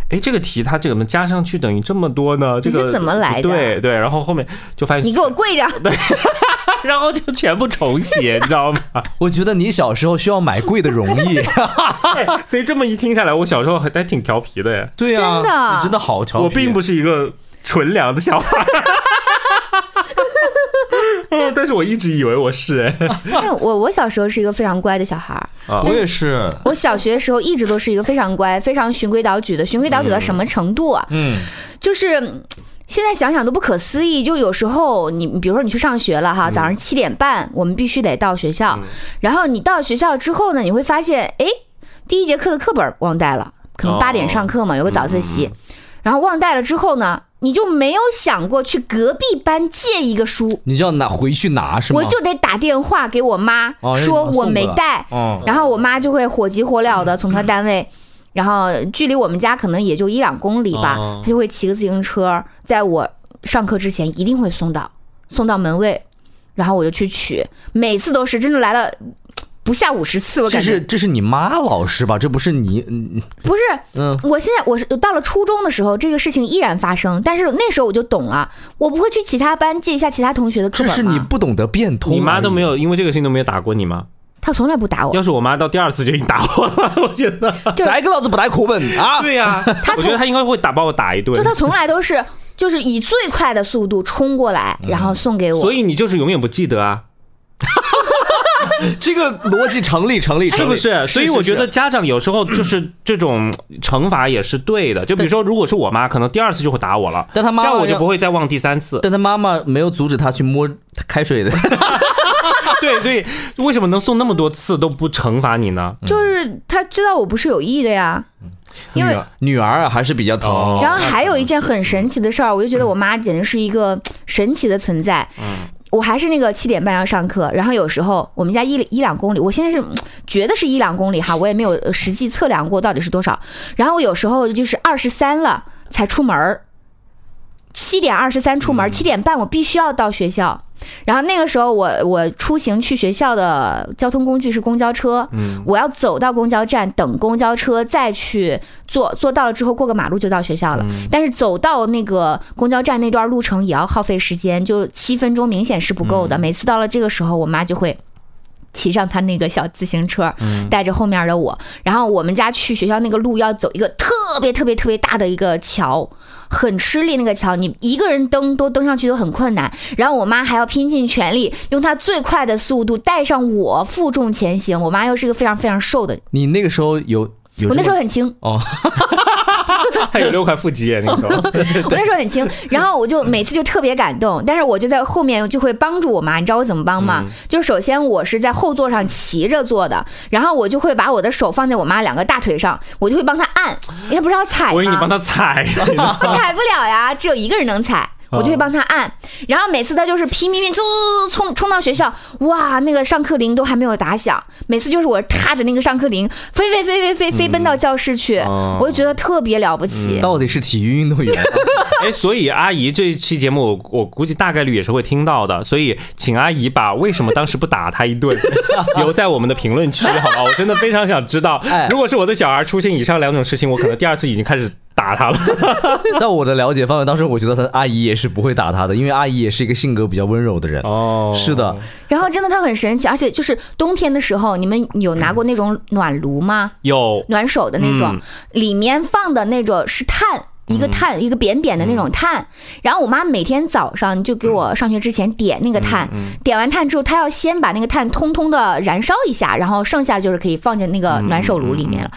S2: 哎，这个题它怎么加上去等于这么多呢？这
S3: 你
S2: 个
S3: 是怎么来的
S2: 对对，然后后面就发现
S3: 你给我跪着！
S2: 然后就全部重写，你知道吗？
S1: 我觉得你小时候需要买贵的容 易。
S2: 哎所以这么一听下来，我小时候还还挺调皮的耶，
S1: 对呀，
S3: 真的
S1: 你真的好调皮。
S2: 啊
S1: 啊
S2: 我并不是一个纯良的小 孩。哦，但是我一直以为我是哎，
S3: 但我我小时候是一个非常乖的小孩儿，
S2: 啊
S1: 我也是。
S3: 我小学的时候一直都是一个非常乖、非常循规蹈矩的。循规蹈
S2: 嗯
S3: 矩到什么程度啊？
S1: 嗯，
S3: 就是嗯现在想想都不可思议。就有时候你，比如说你去上学了哈，早上
S1: 嗯
S3: 七点半我们必须得到学校，然后你到学校之后呢，你会发现，哎，第一节课的课本忘带了，可能
S2: 哦
S3: 八点上课嘛，有个早自
S1: 嗯
S3: 习，然后忘带了之后呢，你就没有想过去隔壁班借一个书。
S1: 你就要拿回去拿是吗？
S3: 我就得打电话给我妈，
S1: 哦
S3: 说
S1: 让你妈送
S3: 我没
S1: 过来
S3: 带，
S1: 嗯
S3: 然后我妈就会火急火燎的从她单位，然后距离我们家可能也就一两公里吧，
S2: 哦
S3: 她就会骑个自行车，在我上课之前一定会送到，送到门卫，然后我就去取，每次都是真的来了。不下五十次，我
S1: 这
S3: 感
S1: 是
S3: 觉
S1: 这是你妈老师吧？这不是你嗯
S3: 不是。
S1: 嗯
S3: 我现在我是到了初中的时候，这个事情依然发生，但是那时候我就懂了，我不会去其他班借一下其他同学的课
S1: 这
S3: 本
S1: 是
S3: 吗
S2: 啊
S1: 你不懂得变通而已。
S2: 你妈都没有因为这个事情都没有打过你吗？
S3: 他从来不打我
S2: 要。是我妈到第二次就已经打我了，我觉得。
S3: 就是
S1: 宰给老子不带苦本 啊！
S2: 对呀、
S3: 她
S2: 我觉
S3: 从
S2: 得她应该会打把我打一顿
S3: 就。他从来都是就是以最快的速度冲过来，
S1: 嗯
S3: 然后送给我。
S2: 所以你就是永远不记得啊，
S1: 这个逻辑成立，成立，
S2: 是
S1: 成
S2: 不
S1: 立
S2: 是？所以我觉得家长有时候就是这种惩罚也是对的。就比如说，如果是我妈，可能第二次就会打我了，
S1: 但她妈
S2: 这样我就
S1: 要
S2: 不会再忘第三次。
S1: 但他妈妈没有阻止他去摸开水的，
S2: 对，所以为什么能送那么多次都不惩罚你呢？
S3: 就是他知道我不是有意的呀，因为。
S1: 女儿啊还是比较疼。
S2: 哦
S3: 然后还有一件很神奇的事儿，我就觉得我妈简直是一个神奇的存在。我还是那个七点半要上课，然后有时候我们家一一两公里，我现在是嗯觉得是一两公里哈，我也没有呃实际测量过到底是多少。然后我有时候就是二十三了才出门儿，七点二十三出门，七点半我必须要到学校。然后那个时候我我出行去学校的交通工具是公交车，我要走到公交站等公交车，再去坐坐到了之后过个马路就到学校了。但是走到那个公交站那段路程也要耗费时间，就七分钟明显是不够的。每次到了这个时候，我妈就会。骑上她那个小自行车，带着后面的我，然后我们家去学校那个路要走一个特别特别特别大的一个桥，很吃力那个桥，你一个人登都登上去都很困难。然后我妈还要拼尽全力，用她最快的速度带上我负重前行。我妈又是一个非常非常瘦的，
S1: 你那个时候有有这么
S3: 我那时候很轻，
S1: 哦，
S2: 还有六块腹肌耶，那个时候。
S3: 我那时候很轻，然后我就每次就特别感动，但是我就在后面就会帮助我妈，你知道我怎么帮吗？
S2: 嗯
S3: 就首先我是在后座上骑着坐的，然后我就会把我的手放在我妈两个大腿上，我就会帮她按，因为不是要踩
S2: 我以为你帮
S3: 吗？
S2: 她踩，
S3: 我踩不了呀，只有一个人能踩。我就会帮她按，然后每次她就是拼命命冲冲冲到学校，哇，那个上课铃都还没有打响，每次就是我踏着那个上课铃飞飞飞飞飞飞奔到教室去，
S2: 哦
S3: 我就觉得特别了不起。
S1: 到底是体育运动员，
S2: 哎，所以阿姨这期节目我我估计大概率也是会听到的，所以请阿姨把为什么当时不打她一 顿留在我们的评论区，好吧？我真的非常想知 道
S1: 哎，
S2: 如果是我的小孩出现以上两种事情，我可能第二次已经开始打他了。
S1: 在我的了解范围当中，我觉得他的阿姨也是不会打他的，因为阿姨也是一个性格比较温柔的人。
S2: 哦
S1: 是的，
S3: 然后真的它很神奇，而且就是冬天的时候，你们有拿过那种暖炉吗？
S2: 有
S3: 暖手的那种，
S2: 嗯
S3: 里面放的那种是炭。一个炭，一个扁扁的那种炭，然后我妈每天早上就给我上学之前点那个炭，点完炭之后，她要先把那个炭通通的燃烧一下，然后剩下就是可以放进那个暖手炉里面了。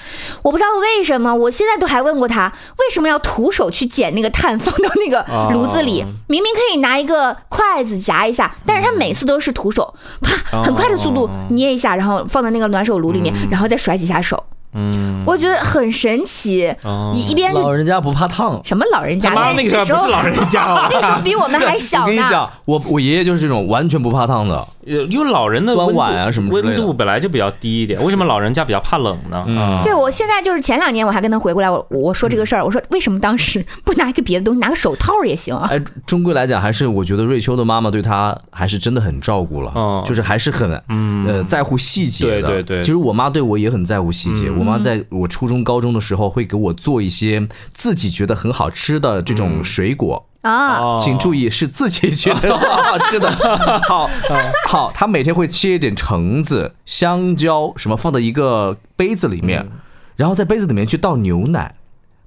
S3: 我不知道为什么，我现在都还问过她为什么要徒手去捡那个炭放到那 个
S1: 啊
S3: 炉子里，明明可以拿一个筷子夹一
S1: 嗯
S3: 下，但是她每次都是徒手，
S1: 啊
S3: 啪，很快的速度捏一下，然后放到那个暖手炉里面，然后再甩几下手。
S2: 嗯，
S3: 我觉得很神奇。
S1: 啊
S3: 你一边
S1: 老
S3: 就
S1: 人家不怕烫。
S3: 什么老人家，
S2: 他妈那个时候不是老人家啊，
S3: 那时候比我 们还小
S1: 我跟你
S3: 呢。哦
S1: 讲，我我爷爷就是这种完全不怕烫的，
S2: 呃 因为老人的
S1: 端
S2: 温度
S1: 碗啊什么之类
S2: 温
S1: 的嗯
S2: 度本来就比较低一点，为什么老人家比较怕冷呢？啊
S3: 对，我现在就是前两年我还跟他回过来，我我说这个事儿，我说为什么当时不拿一个别的东西，拿个手套也行啊？
S1: 哎，终归来讲，还是我觉得瑞秋的妈妈对她还是真的很照顾了，
S2: 哦
S1: 就是还是很、
S3: 嗯
S1: 呃在乎细节的。
S2: 对对对
S1: 其实我妈对我也很在乎细
S3: 嗯
S1: 节，我妈在我初中、高中的时候会给我做一些自己觉得很好吃的这
S3: 嗯
S1: 种水果。
S3: 啊，
S2: 哦
S1: 请注意，是自己觉得很 好吃的。 好好，她每天会切一点橙子、香蕉什么，放到一个杯子里面，
S2: 嗯
S1: 然后在杯子里面去倒牛奶，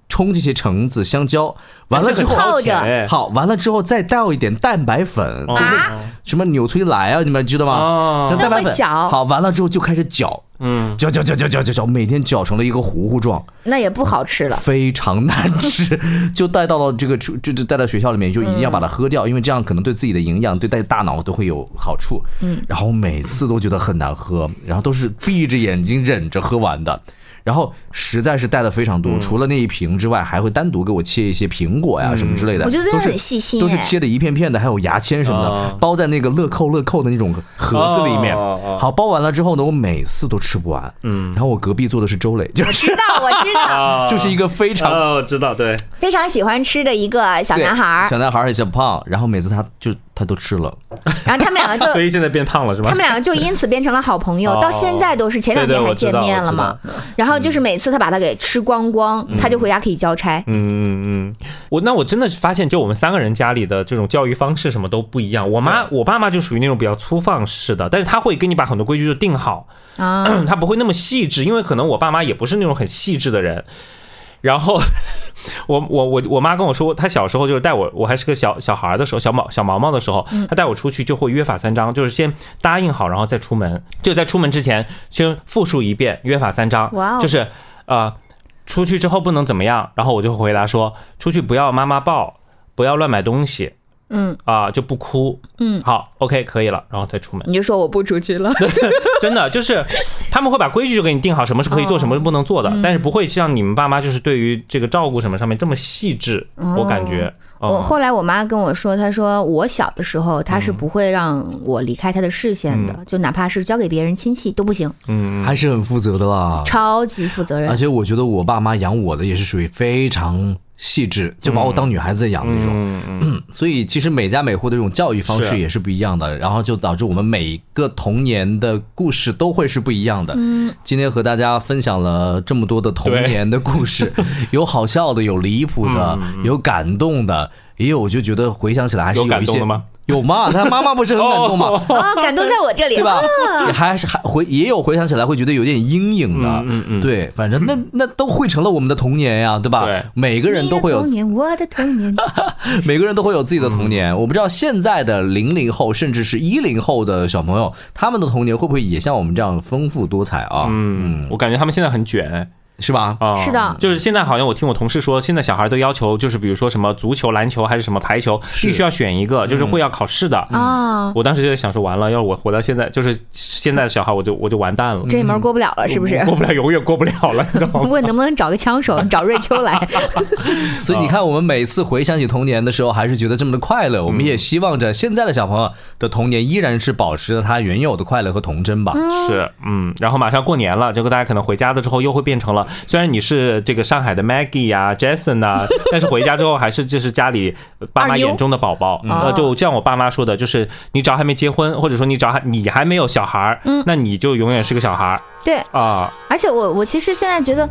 S1: 冲这些橙子、香蕉，完了
S2: 这
S1: 之
S2: 个
S1: 后
S3: 泡着
S2: 哎
S1: 好，完了之后再倒一点蛋白粉，就那什么纽崔莱啊，你们知道吗
S2: 哦？
S1: 蛋白
S3: 那么
S1: 粉，
S3: 小
S1: 好，完了之后就开始搅，
S2: 嗯，
S1: 搅搅搅搅搅搅搅，每天搅成了一个糊糊状，
S3: 那也不好吃了。
S1: 非常难 吃，就带到了这个就就带到学校里面，就
S3: 嗯
S1: 一定要把它喝掉，因为这样可能对自己的营养、对带大脑都会有好处。嗯，然后每次都觉得很难喝，然后都是闭着眼睛忍着喝完的。然后实在是带的非常
S3: 嗯
S1: 多，除了那一瓶之外，还会单独给我切一些苹果呀什么之类的，
S3: 我觉得真
S1: 都
S3: 的
S1: 是
S3: 很细心
S1: 都是
S3: 哎啊
S1: 切的一片片的，还有牙签什么的
S2: 哦，
S1: 包在那个乐扣乐扣的那种盒子里面
S2: 哦哦哦。
S1: 好，包完了之后呢，我每次都吃不完。嗯，然后我隔壁坐的是周磊，就
S3: 知
S1: 是
S3: 道，我知 道，
S2: 啊
S1: 就是一个非常
S2: 哦，知道对，
S3: 非常喜欢吃的一个小
S1: 对
S3: 男孩儿
S1: 小。男孩儿也小胖，然后每次他就他都吃了。
S3: 然后他们两个就
S2: 所以现在变胖了是吧？
S3: 他们两个就因此变成了好朋友，
S2: 哦
S3: 到现在都是前两
S2: 对
S3: 天
S2: 对
S3: 还
S2: 我知
S3: 见
S2: 道嗯
S3: 面了嘛。然后就是每次他把他给吃光光，他就回家可以交差。
S2: 嗯嗯嗯，我那我真的是发现，就我们三个人家里的这种教育方式什么都不一样。我妈我爸妈就属于那种比较粗放式的，但是他会给你把很多规矩就定好，
S3: 啊，
S2: 他不会那么细致，因为可能我爸妈也不是那种很细致的人。然后 我我我我妈跟我说，她小时候就是带我，我还是个小小孩儿的时候，小毛小毛毛的时候，
S3: 嗯
S2: 她带我出去就会约法三章，就是先答应好，然后再出门。就在出门之前，先复述一遍约法三章，
S3: 哇哦
S2: 就是呃，出去之后不能怎么样。然后我就回答说，出去不要妈妈抱，不要乱买东西
S3: 嗯，
S2: 啊、就不哭。
S3: 嗯，
S2: 好，OK，可以了，然后再出门。
S3: 你就说我不 出去了。
S2: 真的就是，他们会把规矩就给你定好，什么是可以做，
S3: 哦
S2: 什么是不能做的，但是不会像你们爸妈就是对于这个照顾什么上面这么细致，我感觉。
S3: 哦我
S2: 嗯
S3: 后来我妈跟我说，她说我小的时候，她是不会让我离开她的视线的，就哪怕是交给别人亲戚都不行，
S2: 嗯，
S1: 还是很负责的啦。
S3: 超级负责 任
S2: 哦
S1: 而。且我觉得我爸妈养我的也是属于非常细致，就把我当女孩子养 那种。
S2: 嗯嗯
S1: 所以其实每家每户的这种教育方式
S2: 是
S1: 也是不一样的，然后就导致我们每一个童年的故事都会是不一样的。嗯，今天和大家分享了这么多的童年的故事， 有好笑的，有离谱的，
S2: 嗯
S1: 有感动的，也有我就觉得回想起来还是
S2: 有感
S1: 一些
S2: 动的吗？
S1: 有吗？他妈妈不是很感动 吗？
S3: 哦，感动在我这里
S1: 对。吧？也还是还回也有回想起来会觉得有点阴影的，
S2: 嗯嗯嗯
S1: 对，反正那那都汇成了我们的童年呀，对吧？
S2: 对
S1: 每个人都会有
S3: 你的童年，我的 童年。
S1: 每个人都会有自己的童
S2: 嗯
S1: 年。我不知道现在的零零后甚至是一零后的小朋友，他们的童年会不会也像我们这样丰富多彩啊？
S2: 嗯，我感觉他们现在很卷
S1: 是吧？
S2: 啊。
S3: 是的
S2: 就是现在好像我听我同事说，现在小孩都要求就是比如说什么足球、篮球还是什么嗯排球，必须要选一个，就是会要考试的。
S3: 啊，
S2: 我当时就在想说，完了，要是我活到现在，就是现在的小孩，我就我就完蛋了，
S3: 这一门过不了了，是不是
S2: 我？过不了，永远过不了 了，你知道 吗？
S3: 问能不能找个枪手，找瑞秋 来。
S1: 所以
S2: 啊
S1: 你看，我们每次回想起童年的时候，还是觉得这么的快乐。
S2: 嗯
S1: 我们也希望着现在的小朋友的童年依然是保持着他原有的快乐和童真吧。
S2: 是，嗯，然后马上过年了，这个大家可能回家的之后又会变成了，虽然你是这个上海的 Maggie 呀、Jason 呐、但是回家之后还是就是家里爸妈
S3: 二妞
S2: 眼中的宝宝。
S3: 哦
S2: 呃，就像我爸妈说的，就是你只要还没结婚，或者说你只要还你还没有小孩儿，那你就永远是个小孩儿
S3: 对，
S2: 啊。
S3: 而且我我其实现在觉得，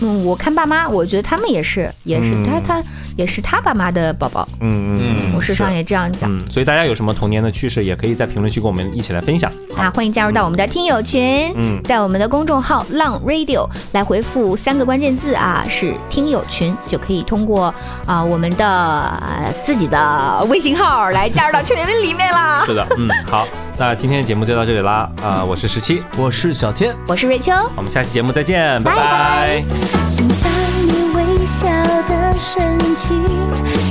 S3: 嗯，我看爸妈，我觉得他们也是，也是、
S2: 嗯
S3: 他他也是他爸妈的宝宝，
S2: 嗯嗯嗯。
S3: 我时常也这样讲。
S2: 嗯，所以大家有什么童年的趣事，也可以在评论区跟我们一起来分享。
S3: 啊，欢迎加入到我们的听友群，
S2: 嗯
S3: 在我们的公众号“浪 Radio” 来回复三个关键字啊，是听友群，就可以通过啊、我们的、呃自己的微信号来加入到群里面啦。
S2: 是的，嗯，好，那今天的节目就到这里啦。啊、我是十七，
S1: 我是小天，
S3: 我是瑞秋，
S2: 我们下期节目再见，拜
S3: 拜
S2: 拜
S4: 欣赏你微笑的神情，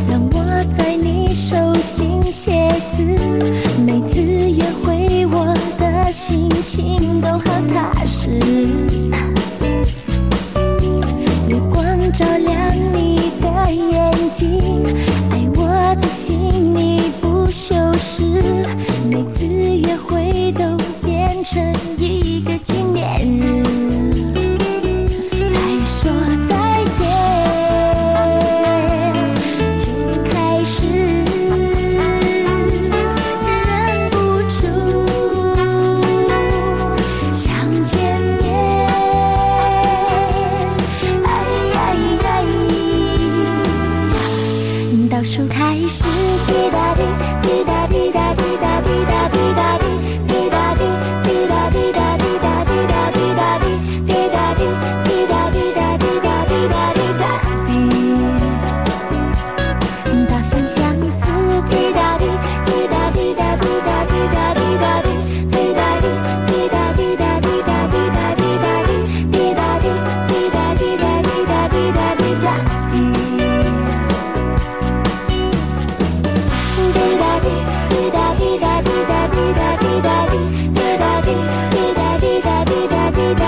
S4: 让我在你手心写字。每次约会，我的心情都很踏实。月光照亮你的眼睛，爱我的心你不修饰。每次约会都变成一个纪念日。再说再见，就开始忍不住想见面。哎呀呀呀！倒数开始，滴答滴，滴答滴答滴答滴答滴答滴，滴答滴，滴答滴答滴答滴答滴答滴，滴答滴，滴答滴答滴答滴答滴答滴。大风相思，滴答滴，滴答滴答滴答滴答滴答滴，滴答滴，滴答滴答滴答滴答滴答滴，滴答滴，滴答滴答滴答滴答滴答滴。滴答滴，滴答滴答滴答滴答滴答滴，滴答滴，滴答滴答滴答滴答